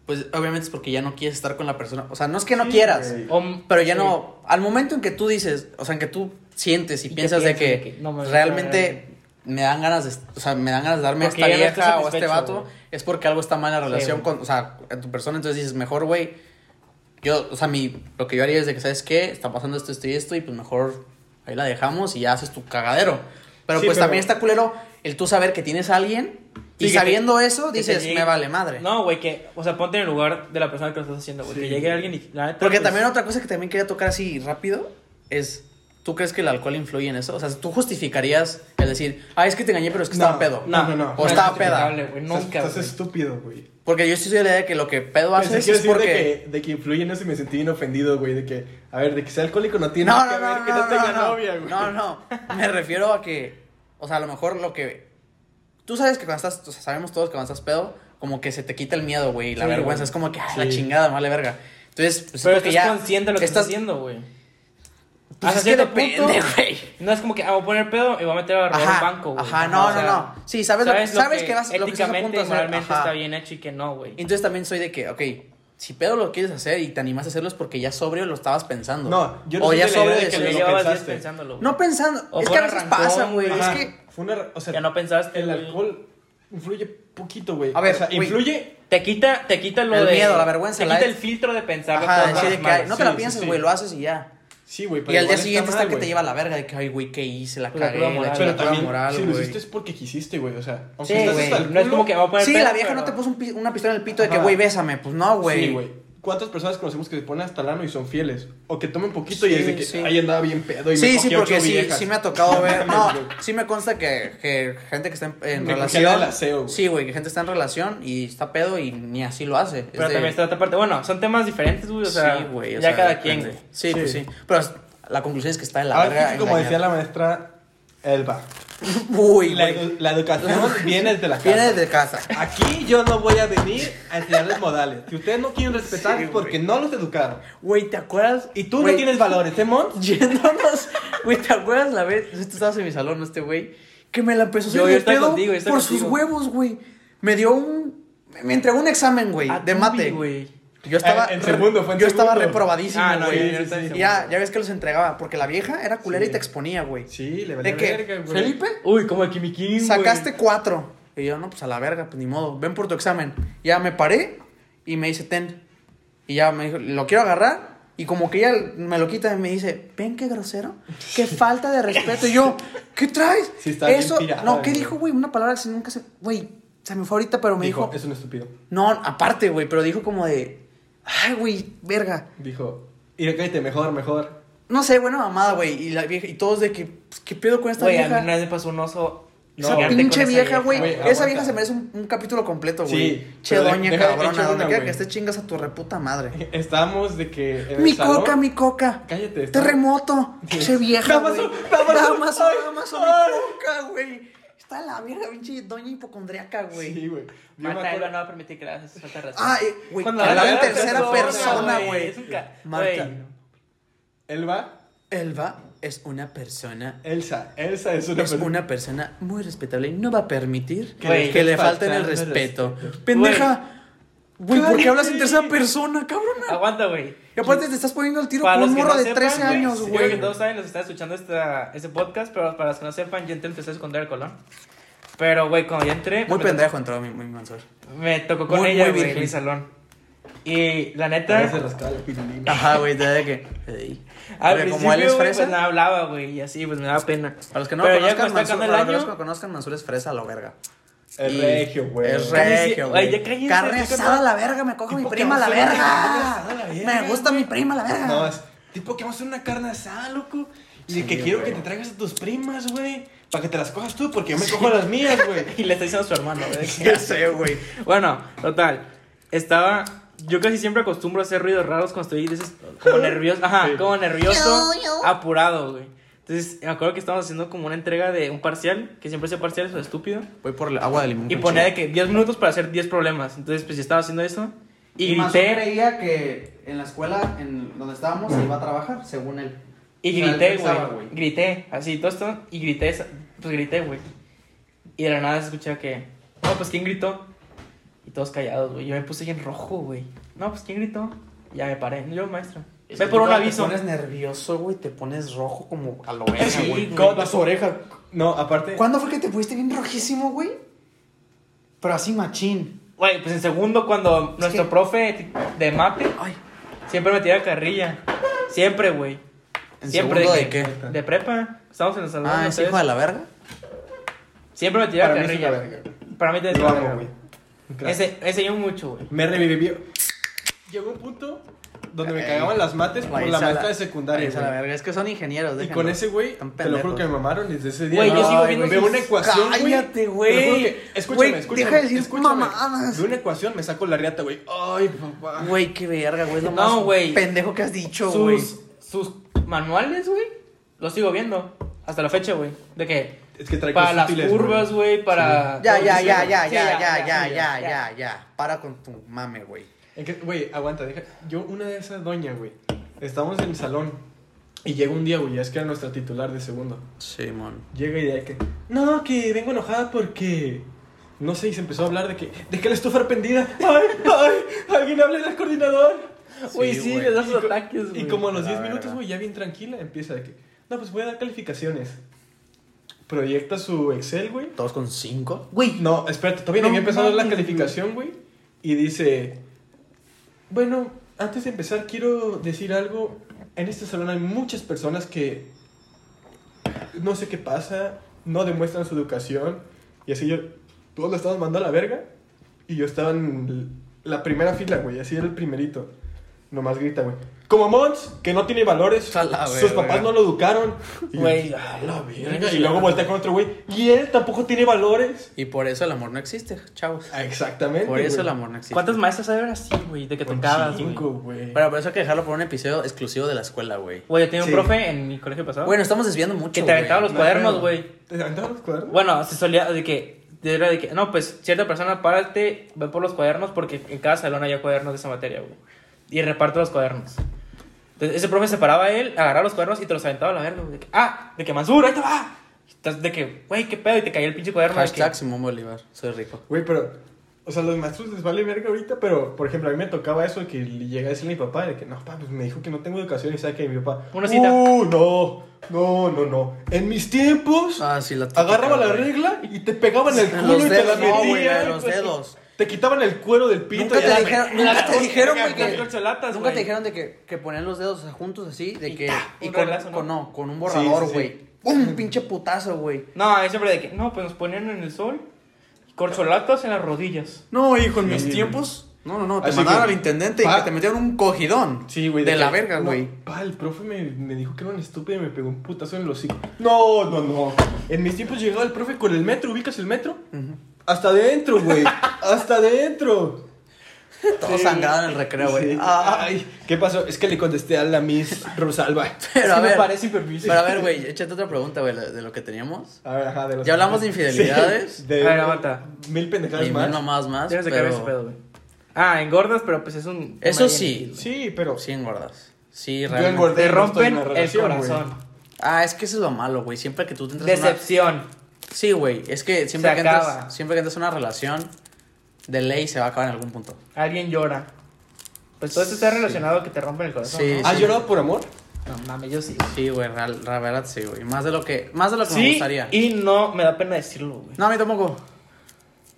pues obviamente es porque ya no quieres estar con la persona. O sea, no es que no Sí, quieras, güey. O- pero ya sí. no. Al momento en que tú dices, o sea, en que tú sientes y, Y que piensas de que, piensas de que, no, me- realmente me dan ganas de, o sea, me dan ganas de darme Porque a ya esta no estás vieja o a este satisfecho, vato, güey. es porque algo está mal en la Sí, relación güey. con, o sea, en tu persona. Entonces dices, mejor, güey, yo, o sea, mi, lo que yo haría es de que, ¿sabes qué? Está pasando esto, esto y esto, y pues mejor ahí la dejamos y ya haces tu cagadero. Pero Sí, pues pero- también está culero el tú saber que tienes a alguien y Sí, que sabiendo eso que te dices, llegue- me vale madre. No, güey, que, o sea, ponte en el lugar de la persona que lo estás haciendo, güey. Sí. Que llegue alguien y la neta, Porque pues, también otra cosa que también quería tocar así rápido es, ¿tú crees que el alcohol influye en eso? O sea, ¿tú justificarías el decir, ah, es que te engañé, pero es que estaba No, pedo? no, no, no. O estaba es peda. justificable, güey, Nunca, Estás güey. estúpido, güey. Porque yo sí soy de la idea de que lo que pedo haces Pensé que es iba a decir porque... de, que, de que influye en eso y me sentí bien ofendido, güey. De que, a ver, de que sea alcohólico no tiene No, que no, ver no, no, que no, no, tenga no. novia, güey. No, no. Me refiero a que, o sea, a lo mejor lo que tú sabes que cuando estás, o sea, sabemos todos que cuando estás pedo, como que se te quita el miedo, güey, y la Sí, vergüenza, güey. es como que ah, Sí. la chingada, vale verga. Entonces, pues, Pero siento estás consciente de lo que estás haciendo, güey. Pues Hasta es que cierto punto, depende, güey. No es como que ah, voy a poner pedo y voy a meter a robar Ajá, un banco, güey. ajá, no, O sea, no, no. Sí, sabes lo- sabes que vas- lo que estás a éticamente punto de y hacer, moralmente ajá. está bien hecho y que no, güey. Entonces también soy de que, ok, si pedo lo quieres hacer y te animas a hacerlo es porque ya sobrio lo estabas pensando. No, yo no o soy ya de la idea sobrio de de que Que sí, ya lo decirlo. llevabas pensaste. días pensándolo, güey. No pensando, O es fue que a veces arrancón, pasa, güey, es Ajá. que Fue una. ra- O sea, que no pensaste. el güey. alcohol influye poquito, güey. A ver, o sea, güey. influye. Te quita, te quita lo El de. miedo, la vergüenza, Te la quita et- el filtro de pensar. Ajá, todas decir de las que, malas. ay, no te la Sí, sí, piensas, sí. güey, lo haces y ya. Sí, güey. pero Y al día igual está siguiente es mal, el que te güey. lleva a la verga de que, ay, güey, ¿qué hice? La Pues la cagué, cruda moral. Pero la Pero chingada también, si moral, lo güey. hiciste es porque quisiste, güey. O sea, aunque Sí, estás güey. hasta el No es culo- como que va a poner Sí, pedo, la vieja pero- no te puso un pi- una pistola en el pito de que, Ajá. güey, bésame. Pues no, güey. Sí, güey. ¿Cuántas personas conocemos que se ponen hasta el ano y son fieles? O que tomen poquito y Sí, es de que sí. ahí andaba bien pedo y me Sí, sí, cogí porque ocho sí, viejas". sí me ha tocado ver. No, güey. sí me consta que, que gente que está en, en Me cogí relación. al aseo, güey. sí, güey, que gente está en relación y está pedo y ni así lo hace. Es Pero de- también está otra parte. Bueno, son temas diferentes, güey. O sea, sí, güey. o ya sea, cada quien, depende. güey. Sí, Sí. pues sí. Pero es- la conclusión es que está de la Ahora verga. sí que como engañar. decía la maestra Elba, Uy, la, güey. edu- la educación viene desde la casa. Viene desde casa. Aquí yo no voy a venir a enseñarles modales. Si ustedes no quieren respetar Sí, es porque güey. no los educaron. Güey, ¿te acuerdas? Y tú Güey, no tienes valores, ¿eh, Mons? Yéndonos, güey, ¿te acuerdas la vez? Tú estabas en mi salón, este güey, que me la empezó a hacer Yo- yo de estaba pedo contigo, yo por estaba sus contigo. huevos, güey. Me dio un. Me entregó un examen, güey, Ah, de tú, mate. güey. Yo estaba. Ah, en segundo, fue en Yo estaba segundo. reprobadísimo, Ah, no, güey. yo- sí, yo estaba sí, en sí. Y ya, ya ves que los entregaba, porque la vieja era culera Sí. y te exponía, güey. Sí, le ¿De vale qué? verga, güey. ¿Felipe? Uy, como el Kimi King, güey. Sacaste cuatro. Y yo, no, pues a la verga, pues ni modo. Ven por tu examen. Ya me paré y me dice, ten. Y ya me dijo, lo quiero agarrar. Y como que ella me lo quita y me dice, ven qué grosero, qué falta de respeto. Y yo, ¿qué traes? Sí, está bien Eso, pirada, no, ¿qué güey. dijo, güey? Una palabra que nunca se, güey, se me fue ahorita, pero me dijo, Dijo, es un estúpido. no, aparte, güey, pero dijo como de, Ay, güey, verga. Dijo, mira, cállate, mejor, mejor. No sé, buena mamada, güey. Y la vieja, y todos de que, pues, ¿qué pedo con esta Güey, a mí vieja? una vez me pasó un oso. Esa pelearte con pinche esa vieja, güey. Güey, Esa aguanta. vieja se merece un, un capítulo completo, Sí, güey. che, pero de- doña deja- echa cabrona, una, donde quiera güey. que estés chingas a tu reputa madre. Estábamos de que. en el Mi salón. coca, mi coca. Cállate. está- Terremoto. Sí. Che vieja, güey. Damaso, Damaso, Damaso, ay, Damaso, ay. mi coca, güey. Está la vieja, pinche doña hipocondriaca, güey. Sí, güey. Yo me Mata, acuerdo- Eva no va a permitir que le hagas esa falta de respeto. Ah, eh, güey, que Cuando hablaba en hablaba en tercera persona, persona, Es güey. un ca- Marta. güey. Él va. Elba es una persona. Elsa. Elsa es una Es persona- una persona muy respetable y no va a permitir Que le que, le estés falten faltando el el respeto. respeto. Pendeja. Güey, ¿por qué Cállate. hablas en tercera persona, cabrona? Aguanta, güey. Y aparte te estás poniendo el tiro Para con los un que morro no de sepan, 13 güey, años, yo creo que güey. todos saben, los está escuchando esta, este podcast, pero para los que no sepan, yo entré en tercero secundaria del Colón. Pero, güey, cuando yo entré... Muy me pendejo entró mi, mi Mansur. tocó- Me tocó con Muy, ella, muy güey, en virgen. mi salón. Y la A veces neta, rascaba la pirulina. Ajá, güey, te de que. Ey. al Pero principio, como él es güey, fresa. pues nada hablaba, güey, y así, pues me daba pena. Para los que no lo Pero ya conozcan, Mansur, cuando está para los que acabando el no año... lo conozcan, Mansur es fresa a la verga. Es Y- regio, güey. Es Cállese, regio, güey, güey. ya cállese, Carne estoy asada a con- la verga, me cojo mi Tipo que prima a la vamos a hacer una carne verga. asada a la Me verga, gusta mi prima a la No, verga. es tipo que vamos a hacer una carne asada, loco. Y Ah. Sí, de que quiero güey. que te traigas a tus primas, güey. Para que te las cojas tú, porque yo me cojo a las mías, güey. Y le está diciendo a su hermano, güey. Ya sé, güey. Bueno, total. Estaba. Yo casi siempre acostumbro a hacer ruidos raros cuando estoy de esos- como nervioso. Ajá, Sí. como nervioso, Yo, yo. apurado, güey. Entonces, me acuerdo que estábamos haciendo como una entrega de un parcial, que siempre hacía parciales, o estúpido. Voy por el agua de limón. Y ponía de que 10 minutos para hacer 10 problemas. Entonces, pues yo estaba haciendo eso. Y grité, creía que en la escuela en donde estábamos se iba a trabajar, según él. y o sea, grité, pensaba, güey. güey. Grité, así, todo esto. Y grité, esa- pues grité, güey. Y de la nada se escucha que. No, pues ¿quién gritó? Y todos callados, güey. Yo me puse bien rojo, güey. No, pues ¿quién gritó? Y Ya me paré. Yo, maestra. Ve por un aviso. Te pones nervioso, güey, te pones rojo como a lo Sí, verga, güey. güey. Con las orejas. No, aparte. ¿Cuándo fue que te pusiste bien rojísimo, güey? Pero así machín. Güey, pues en segundo, cuando nuestro que- profe de mate Ay. Ah, siempre me tiraba carrilla. Siempre, güey. ¿En Siempre. segundo de que- qué? De prepa. Estamos en el salón. Ah, ¿no es sabes? hijo de la verga. Siempre me tiraba Para mí es carrilla. una verga. Para mí te Lo decía amo, güey. Ese, enseñó mucho, güey. Me revivió. Llegó un punto donde me Ey. cagaban las mates por Ahí la está maestra de secundaria. ahí está la güey. verga. Es que son ingenieros. Y déjenlo. con ese güey, Están te lo juro pendejos. que me mamaron desde ese día. Güey, yo No, sigo viendo Veo sus- una ecuación. güey. Cállate, Te lo juro güey. que- Escúchame, Güey, escúchame. deja de decir escúchame. mamadas. De una ecuación me saco la riata, güey. Ay, papá. Güey, qué verga, güey. Es lo No, más güey. pendejo que has dicho, güey. Sus, sus manuales, güey, los sigo viendo. Hasta la fecha, güey. De que Es que trae para cosas las útiles, curvas, güey, para. Ya, todo ya, eso, ya, güey. ya, Sí, ya, ya, ya, ya, ya, ya. Para con tu mame, güey. En que- Güey, aguanta, deja. Yo, una de esas doña, güey. Estábamos en el salón. Y llega un día, güey, ya es que era nuestra titular de segundo. Simón. Llega y de que. No, que vengo enojada porque. No sé, y se empezó a hablar de que. Dejé la estufa prendida. ¡Ay, ay! ¡Alguien hable al coordinador! Güey, Sí, sí, güey. le das Y los co- ataques, güey. Y como a los la 10 verga. minutos, güey, ya bien tranquila, empieza de que. No, pues voy a dar calificaciones. Proyecta su Excel, güey. ¿Todos con cinco? Güey, No, espérate, todavía No ni había empezado la mames, calificación, güey. Y dice, bueno, antes de empezar quiero decir algo. En este salón hay muchas personas que no sé qué pasa, no demuestran su educación. Y así yo, todos lo estaban mandando a la verga. Y yo estaba en la primera fila, güey, así era el primerito. Nomás grita, güey. Como Mons, que no tiene valores. A la Sus verga. papás no lo educaron. Y yo, Güey. "A la verga". Y luego voltea con otro güey. Y él tampoco tiene valores. Y por eso el amor no existe, chavos. Ah, Exactamente. Por eso güey. el amor no existe. ¿cuántas maestras hay ahora así, güey? De que Con tocabas, güey. cinco, güey. Pero por eso hay que dejarlo por un episodio exclusivo de la escuela, güey. Güey, yo tenía un Sí. profe en mi colegio pasado. Bueno, estamos desviando mucho, Que te güey. aventaba los No, cuadernos, pero- güey. ¿Te levantaron los cuadernos? Bueno, se solía de que. Era de que, no, pues cierta persona, párate, ve por los cuadernos, porque en cada salón había cuadernos de esa materia, güey. Y reparto los cuadernos. Entonces, ese profe se paraba a él, agarraba los cuadernos y te los aventaba a la verga, güey. De que, ah, de que Mansur, ahí te va. Entonces, de que, güey, qué pedo, y te caía el pinche cuaderno. de que- Hashtag Simón Bolívar. Soy rico. Güey, pero. O sea, los maestros les vale verga ahorita, pero por ejemplo, a mí me tocaba eso de que le llegué a decirle a mi papá de que no, papá, pues me dijo que no tengo educación y sabe que mi papá. Una cita. Uh, no, no, no, no. En mis tiempos, Ah, sí, la típica, agarraba la güey. regla y te pegaban el En culo los y dedos, te la no, güey, metían. en los pues, dedos. Te quitaban el cuero del pito. Nunca y te la- dijeron, me- nunca me- te dijeron, me- güey, me- que, me- cholatas, nunca te güey. dijeron de que, que ponían los dedos o sea, juntos así, de Y que, ta, y un con, reglazo, ¿no? con- no, con un Sí, borrador, sí, sí. güey. ¡Pum! Pinche putazo, güey. No, ahí siempre de que, no, pues nos ponían en el sol, corcholatas en las rodillas. No, hijo, en mis tiempos No, no, no, te Así mandaron que- al intendente Pa- y que te metieron un cogidón. Sí, güey. De, la que- verga, no, güey. pa, el profe me, me dijo que era un estúpido y me pegó un putazo en el hocico. No, no, no. En mis tiempos llegaba el profe con el metro, ubicas el metro. Hasta adentro, güey. Hasta adentro. Todo Sí. sangrado en el recreo, güey. Sí. Ah, Ay, ¿qué pasó? Es que le contesté a la Miss Rosalba. Pero Es a que me ver. parece impermiso. Pero a ver, güey, échate otra pregunta, güey, de lo que teníamos. A ver, ajá, de los- Ya hablamos de infidelidades. Sí, A ver, aguanta. Mil pendejadas Y más. más más, más. Tienes que pero- cambiar ese pedo, güey. Ah, engordas, pero pues es un. tema Eso bien sí. X, güey. Sí, pero. Sí, engordas. Sí, Yo realmente. engordé. Te No estoy en rompen una el relación, corazón. Ah, es que eso es lo malo, güey. Siempre que tú te entras a una- Decepción. Sí, güey. Es que siempre Se que, acaba. entras, siempre que entras a una relación, de ley se va a acabar en algún punto. Alguien llora. Pues todo esto está relacionado a que te rompen el corazón. Ah, Sí. ¿Has llorado por amor? No, no mames, yo sí. Sí, güey, real- la verdad sí, güey. Más de lo que, más de lo que me Sí, gustaría. y no me da pena decirlo, güey. No, a mí tampoco.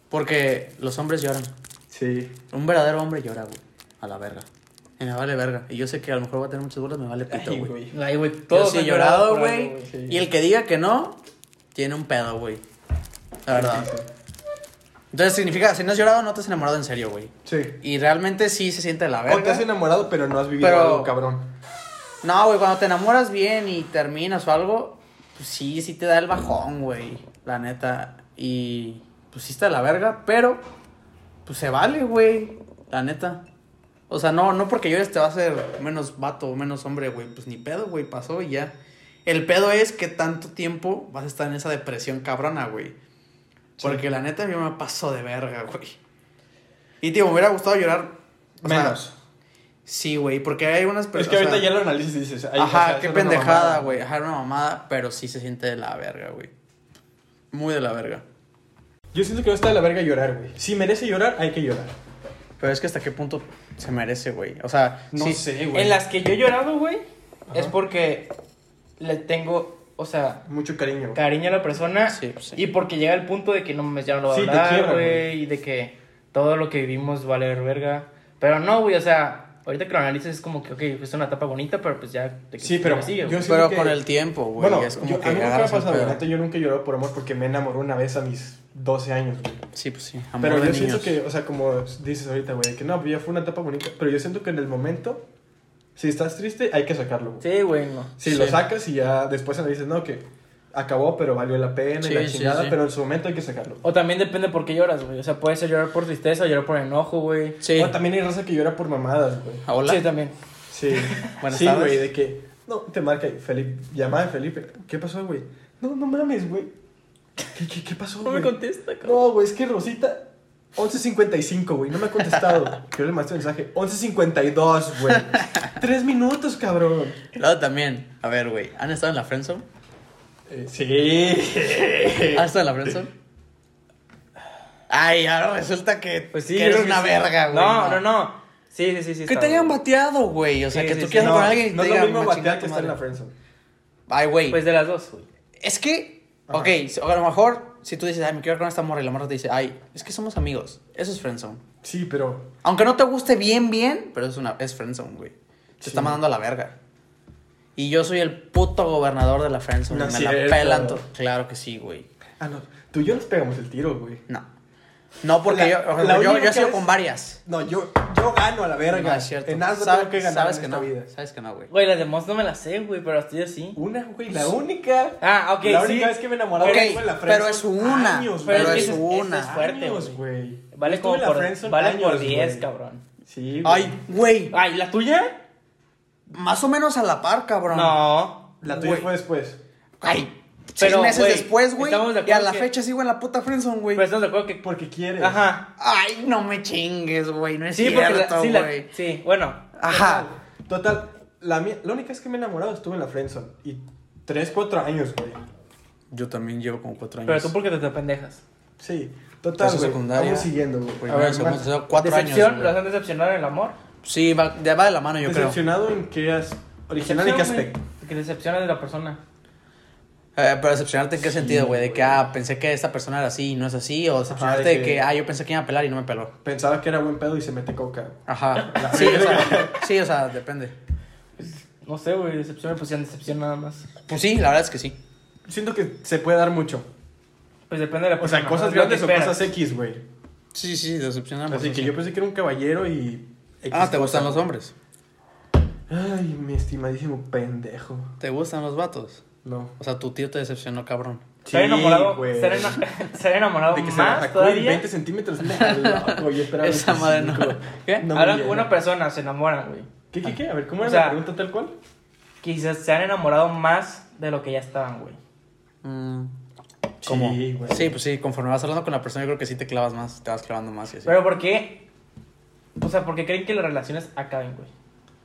Porque los hombres lloran. Sí. Un verdadero hombre llora, güey. A la verga. Y me vale verga. Y yo sé que a lo mejor va a tener muchas bolas, me vale pito, Ay, güey. güey. Ay, güey, Todo todo sí he llorado, güey. güey. Y el que diga que no, tiene un pedo, güey. La verdad. Entonces significa, si no has llorado, no te has enamorado en serio, güey. Sí. Y realmente sí se siente de la verga. O te has enamorado, pero no has vivido Pero- algo cabrón. No, güey, cuando te enamoras bien y terminas o algo, pues sí, sí te da el bajón, güey. La neta. Y pues sí está de la verga, pero pues se vale, güey. La neta. O sea, no, no porque llores te va a hacer menos vato o menos hombre, güey. Pues ni pedo, güey, pasó y ya. El pedo es que tanto tiempo vas a estar en esa depresión cabrona, güey. Porque la neta yo me paso de verga, güey. Y tío, me hubiera gustado llorar. o sea, Menos. sí, güey, porque hay unas es que ahorita o sea, ya lo analizas y dices. ay, o Ajá, sea, qué eso era una pendejada, mamada. güey. Ajá, era una mamada, pero sí se siente de la verga, güey. Muy de la verga. Yo siento que no está de la verga llorar, güey. Si merece llorar, hay que llorar. Pero es que hasta qué punto se merece, güey. O sea, No sí. sé, güey. En las que yo he llorado, güey, Ajá. es porque le tengo, o sea, Mucho cariño. cariño a la persona Sí, pues sí. y porque llega el punto de que no me ya no lo va Sí, a te hablar, quiebra, güey, güey. y de que todo lo que vivimos vale verga. Pero no, güey, o sea, ahorita que lo analices es como que, ok, es una etapa bonita, pero pues ya. de que Sí, pero me sigue, yo güey. siento Pero que- con el tiempo, güey. bueno, es como yo- que a mí nunca me ha agarras el pasado. pedo. la neta, yo nunca he llorado por amor porque me enamoré una vez a mis 12 años, güey. Sí, pues sí. Amor Pero de yo siento niños. que, o sea, como dices ahorita, güey, que no, pues ya fue una etapa bonita. Pero yo siento que en el momento, si estás triste, hay que sacarlo, güey. Sí, güey, no. Si Sí. lo sacas y ya después analizas, no, que acabó, pero valió la pena y Sí, la sí, chingada, sí. pero en su momento hay que sacarlo. O también depende por qué lloras, güey. O sea, puede ser llorar por tristeza, llorar por enojo, güey. Sí. O también hay raza que llora por mamadas, güey. Ah, Hola. Sí, también. Sí. Buenas sí, tardes. güey, de que. No, te marca y Felipe. Llamada de Felipe. ¿Qué pasó, güey? No, no mames, güey. ¿Qué, qué, qué pasó, güey? contesta, No, güey, es que Rosita. 11.55, güey. No me ha contestado. Yo le mandé un mensaje. 11.52, güey. Tres minutos, cabrón. Luego también. A ver, güey. ¿Han estado en la friendzone? Eh, sí. ¿Has estado en la friendzone? Ay, ahora resulta que, Pues sí. que yo eres creo que una sí. verga, güey. No, no, no. Sí, sí, sí. sí Que está, te hayan güey. bateado, güey. O sea, Sí, que sí, tú sí. quieras no, con alguien y te no es digan, lo mismo "Me batear chinga que tu estar en la madre". friendzone. Ay, güey. Pues de las dos, güey. Es que, Ajá. ok, so- a lo mejor si tú dices, ay, me quiero con esta morra y la morra te dice, ay, es que somos amigos. Eso es friendzone. Sí, pero. Aunque no te guste bien, bien, pero es, una, es friendzone, güey. Te Sí. está mandando a la verga. Y yo soy el puto gobernador de la friendzone. No me es la cierto. pelan. to- Claro que sí, güey. Ah, no. Tú y yo nos pegamos el tiro, güey. No. No, porque La- yo, por la ejemplo, yo, única yo he sido vez- con varias. No, yo, yo gano a la verga. No, es cierto. En algo Sabe- tengo que ganar sabes en que esta no. vida. Sabes que no, güey. Güey, las de Moss no me las sé, güey, pero las tuyas sí. Una, güey, la única. Ah, ok, La sí. única vez que me enamoré Ok, estuve en la pero friendzone es una, Años, pero güey. es que eso es- una. eso es fuerte, Años, güey. güey. Vale Yo estuve como en la por, friendzone vale por años, 10, güey. cabrón. Sí, güey. Ay, güey. Ay, ¿la tuya? Más o menos a la par, cabrón. No. La tuya güey. fue después. Ay, seis Pero, meses güey, después, güey. estamos Y a de acuerdo la que- Pues, fecha sigo en la puta friendzone, güey. Pero estamos de acuerdo que. Porque quieres. Ajá. Ay, no me chingues, güey. No es Sí, porque la- cierto, sí, güey. la- sí, bueno. Ajá. Total, la, mía- la única vez que me he enamorado estuve en la friendzone. Y 3, 4 años, güey. Yo también llevo como cuatro Pero tú porque te, te pendejas. Sí. Total, Eso güey. secundaria. Vamos siguiendo, güey. A ver, segundo, más. tercero, cuatro Decepción, años. ¿las güey. han decepcionado en el amor? Sí, va, ya va de la mano, yo creo. ¿Decepcionado en qué as... Original en qué Decepción, güey, aspecto? Que decepcionas de la persona. Eh, pero decepcionarte en qué sentido, güey. De que, ah, pensé que esta persona era así y no es así. O decepcionarte de de que... que, ah, yo pensé que iba a pelar y no me peló. Pensaba que era buen pedo y se mete coca. Ajá. Sí, o sea, sí, o sea, depende. No sé, güey, pues, decepción me pusieron decepción nada más. Pues sí, la verdad es que sí. Siento que se puede dar mucho. Pues depende de la O persona. sea, cosas es lo que grandes o esperas. cosas X, güey. Sí, sí, decepcionamos. Así que yo pensé que era un caballero y. X Ah, ¿te cosa. gustan los hombres? Ay, mi estimadísimo pendejo. ¿Te gustan los vatos? No. O sea, tu tío te decepcionó, cabrón. Estar enamorado, güey. estar ena- estar enamorado De que se me más sacó todavía. 20 centímetros. Nah, loco, yo esperaba Esa madre no. 25. ¿Qué? No me Ahora llena. una persona se enamora, güey. ¿Qué, qué, qué? A ver, ¿cómo O era sea- la pregunta tal cual? Quizás se han enamorado más de lo que ya estaban, güey. Mm, Sí, ¿Cómo? Sí, güey. pues sí, conforme vas hablando con la persona, yo creo que sí te clavas más, te vas clavando más y así. Pero ¿por qué? O sea, ¿por qué creen que las relaciones acaben, güey?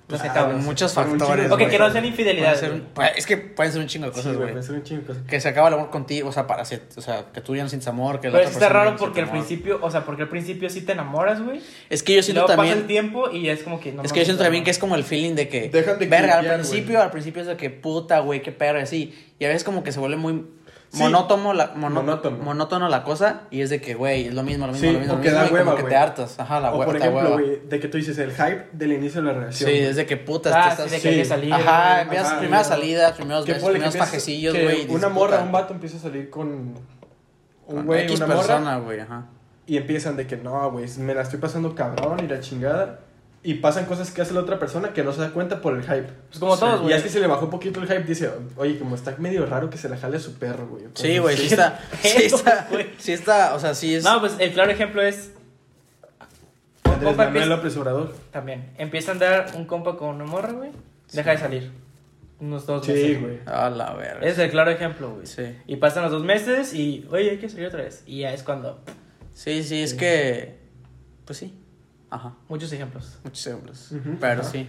Pues No se Ah, acaban. muchos Por un factores. chingo de Ok, güey. que no sean Pueden infidelidades. ser- güey. pues. pues, es que pueden ser un chingo de Sí, cosas, güey, güey. pensé un chingo de cosas. que se acaba el amor contigo, o sea, para se- o sea, que tú ya no sientes amor, que la Pero otra sí está persona raro no porque al siente amor. principio, o sea, porque al principio sí te enamoras, güey. Es que yo Y siento luego pasa el también tiempo y ya es como que no es que yo mames, siento también no. que es como el feeling de que Dejan de verga, al clipear, principio, güey. al principio es de que puta, güey, qué perro, y así. Y a veces como que se vuelve muy Sí. monótono la mono- Monótono. monótono la cosa y es de que güey, es lo mismo, lo mismo, Sí, lo mismo, o lo que mismo, da y como hueva, que güey. te hartas, ajá, la o hueva, por te ejemplo, hueva. güey, de que tú dices el hype del inicio de la Sí, relación. güey. es de que puta, Ah, te sí, estás de que sí. hay que salir. Ajá, güey. empiezas Ajá, primeras güey. salidas, primeros Que besos, ponle que primeros empiezas- pajecillos, que güey. Una morra, un vato, vato empieza a salir con un un güey, güey, una morra. persona, güey, ajá. Y empiezan de que no, güey, me la estoy pasando cabrón y la chingada. Y pasan cosas que hace la otra persona que no se da cuenta por el hype. Pues como todos, Y güey. así se le bajó un poquito el hype, dice, oye, como está medio raro que se la jale a su perro, güey. Sí, güey, Entonces, sí está. ¿Qué Sí está. pedo, güey? Sí está, o sea, sí es. No, pues el claro ejemplo es Andrés Compa, Manuel empieza- López Obrador. también. Empieza a andar un compa con una morra, güey. Deja de salir. Unos dos meses. Sí, güey. A la verga. Es el claro ejemplo, güey. Sí. Y pasan los dos meses y, oye, hay que salir otra vez. Y ya es cuando. Sí, sí, es que. Pues sí. Ajá. Muchos ejemplos. Muchos ejemplos. Ujú. Pero Ajá. sí.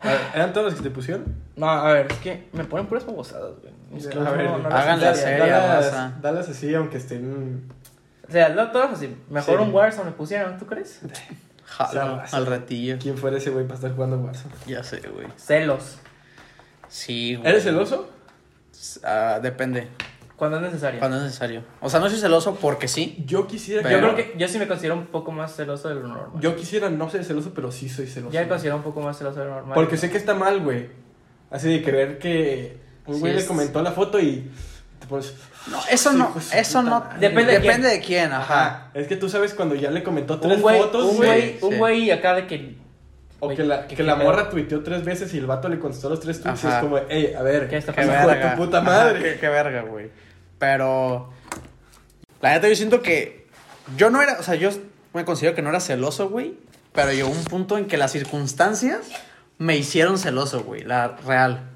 A ver, ¿Eran todos los que te pusieron? No, a ver, es que me ponen puras babosadas, güey. Es que A ver, no- no las háganla entiendo. seria, raza. dalas, dalas así, aunque estén... O sea, no todas así. Mejor Sí. un Warzone me pusieron, ¿tú crees? Jalo, Sí, al ratillo. ¿Quién fuera ese güey para estar jugando Warzone? Ya sé, güey. Celos. Sí, güey. ¿Eres celoso? Ah, depende. Cuando es necesario. Cuando es necesario. O sea, no soy celoso porque sí. Yo quisiera... Pero- Yo creo que yo sí me considero un poco más celoso de lo normal. Yo quisiera no ser celoso, pero sí soy celoso. ya me güey. considero un poco más celoso de lo normal. Porque sé que está mal, güey. Así de creer que un Sí, güey es- le comentó la foto y te pones. No, eso Sí, no. pues, Eso puta no. madre. Depende de Depende de quién, ajá. Ajá. "Ah, Es que tú sabes cuando ya le comentó tres un güey, fotos, un güey. güey, un sí. güey acá de que. O güey, que la, que qué la pedo. morra tuiteó tres veces y el vato le contestó los tres tweets. Y es Ajá. como, hey, a ver, ¿Qué está Qué hijo pasando? de verga. tu puta Ajá, madre. qué, qué verga, güey. Pero. La neta, yo siento que. Yo no era. O sea, yo me considero que no era celoso, güey. Pero llegó un punto en que las circunstancias me hicieron celoso, güey. La real.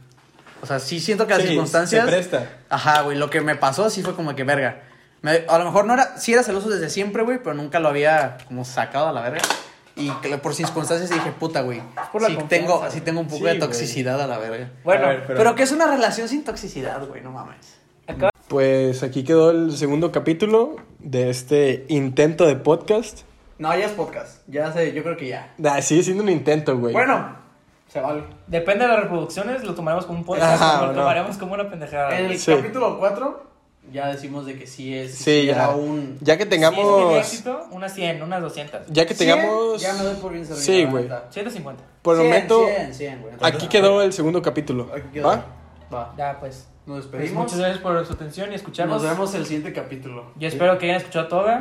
O sea, sí siento que las Sí, circunstancias. Se presta. Ajá, güey. Lo que me pasó sí fue como que verga. Me- a lo mejor no era. Sí era celoso desde siempre, güey. Pero nunca lo había como sacado a la verga. Y que por circunstancias dije, puta, güey. Por la sí confianza, tengo, güey. sí tengo un poco Sí, de güey. toxicidad a la verga. Bueno, A ver, Pero, que es una relación sin toxicidad, güey, no mames. acá. Pues aquí quedó el segundo capítulo de este intento de podcast. No, ya es podcast. Ya sé, yo creo que ya. Nah, sigue siendo un intento, güey. Bueno, se vale. Depende de las reproducciones, lo tomaremos como un podcast. Ajá, o lo no. tomaremos como una pendejada. En el Ah, Sí. capítulo 4 ya decimos de que sí es. Sí, ya. era un. Ya que Si es bien tengamos. éxito, unas 100, unas 200. ya que tengamos. 100, ya me doy por bien servido. Sí, la güey. neta. 150. Por el 100, momento. 100, 100, güey. Aquí quedó el segundo capítulo. Aquí quedó. ¿Va? Va. Ya, pues. Nos Pues despedimos. muchas gracias por su atención y escucharnos. Nos vemos el siguiente capítulo. Yo espero que hayan escuchado toda.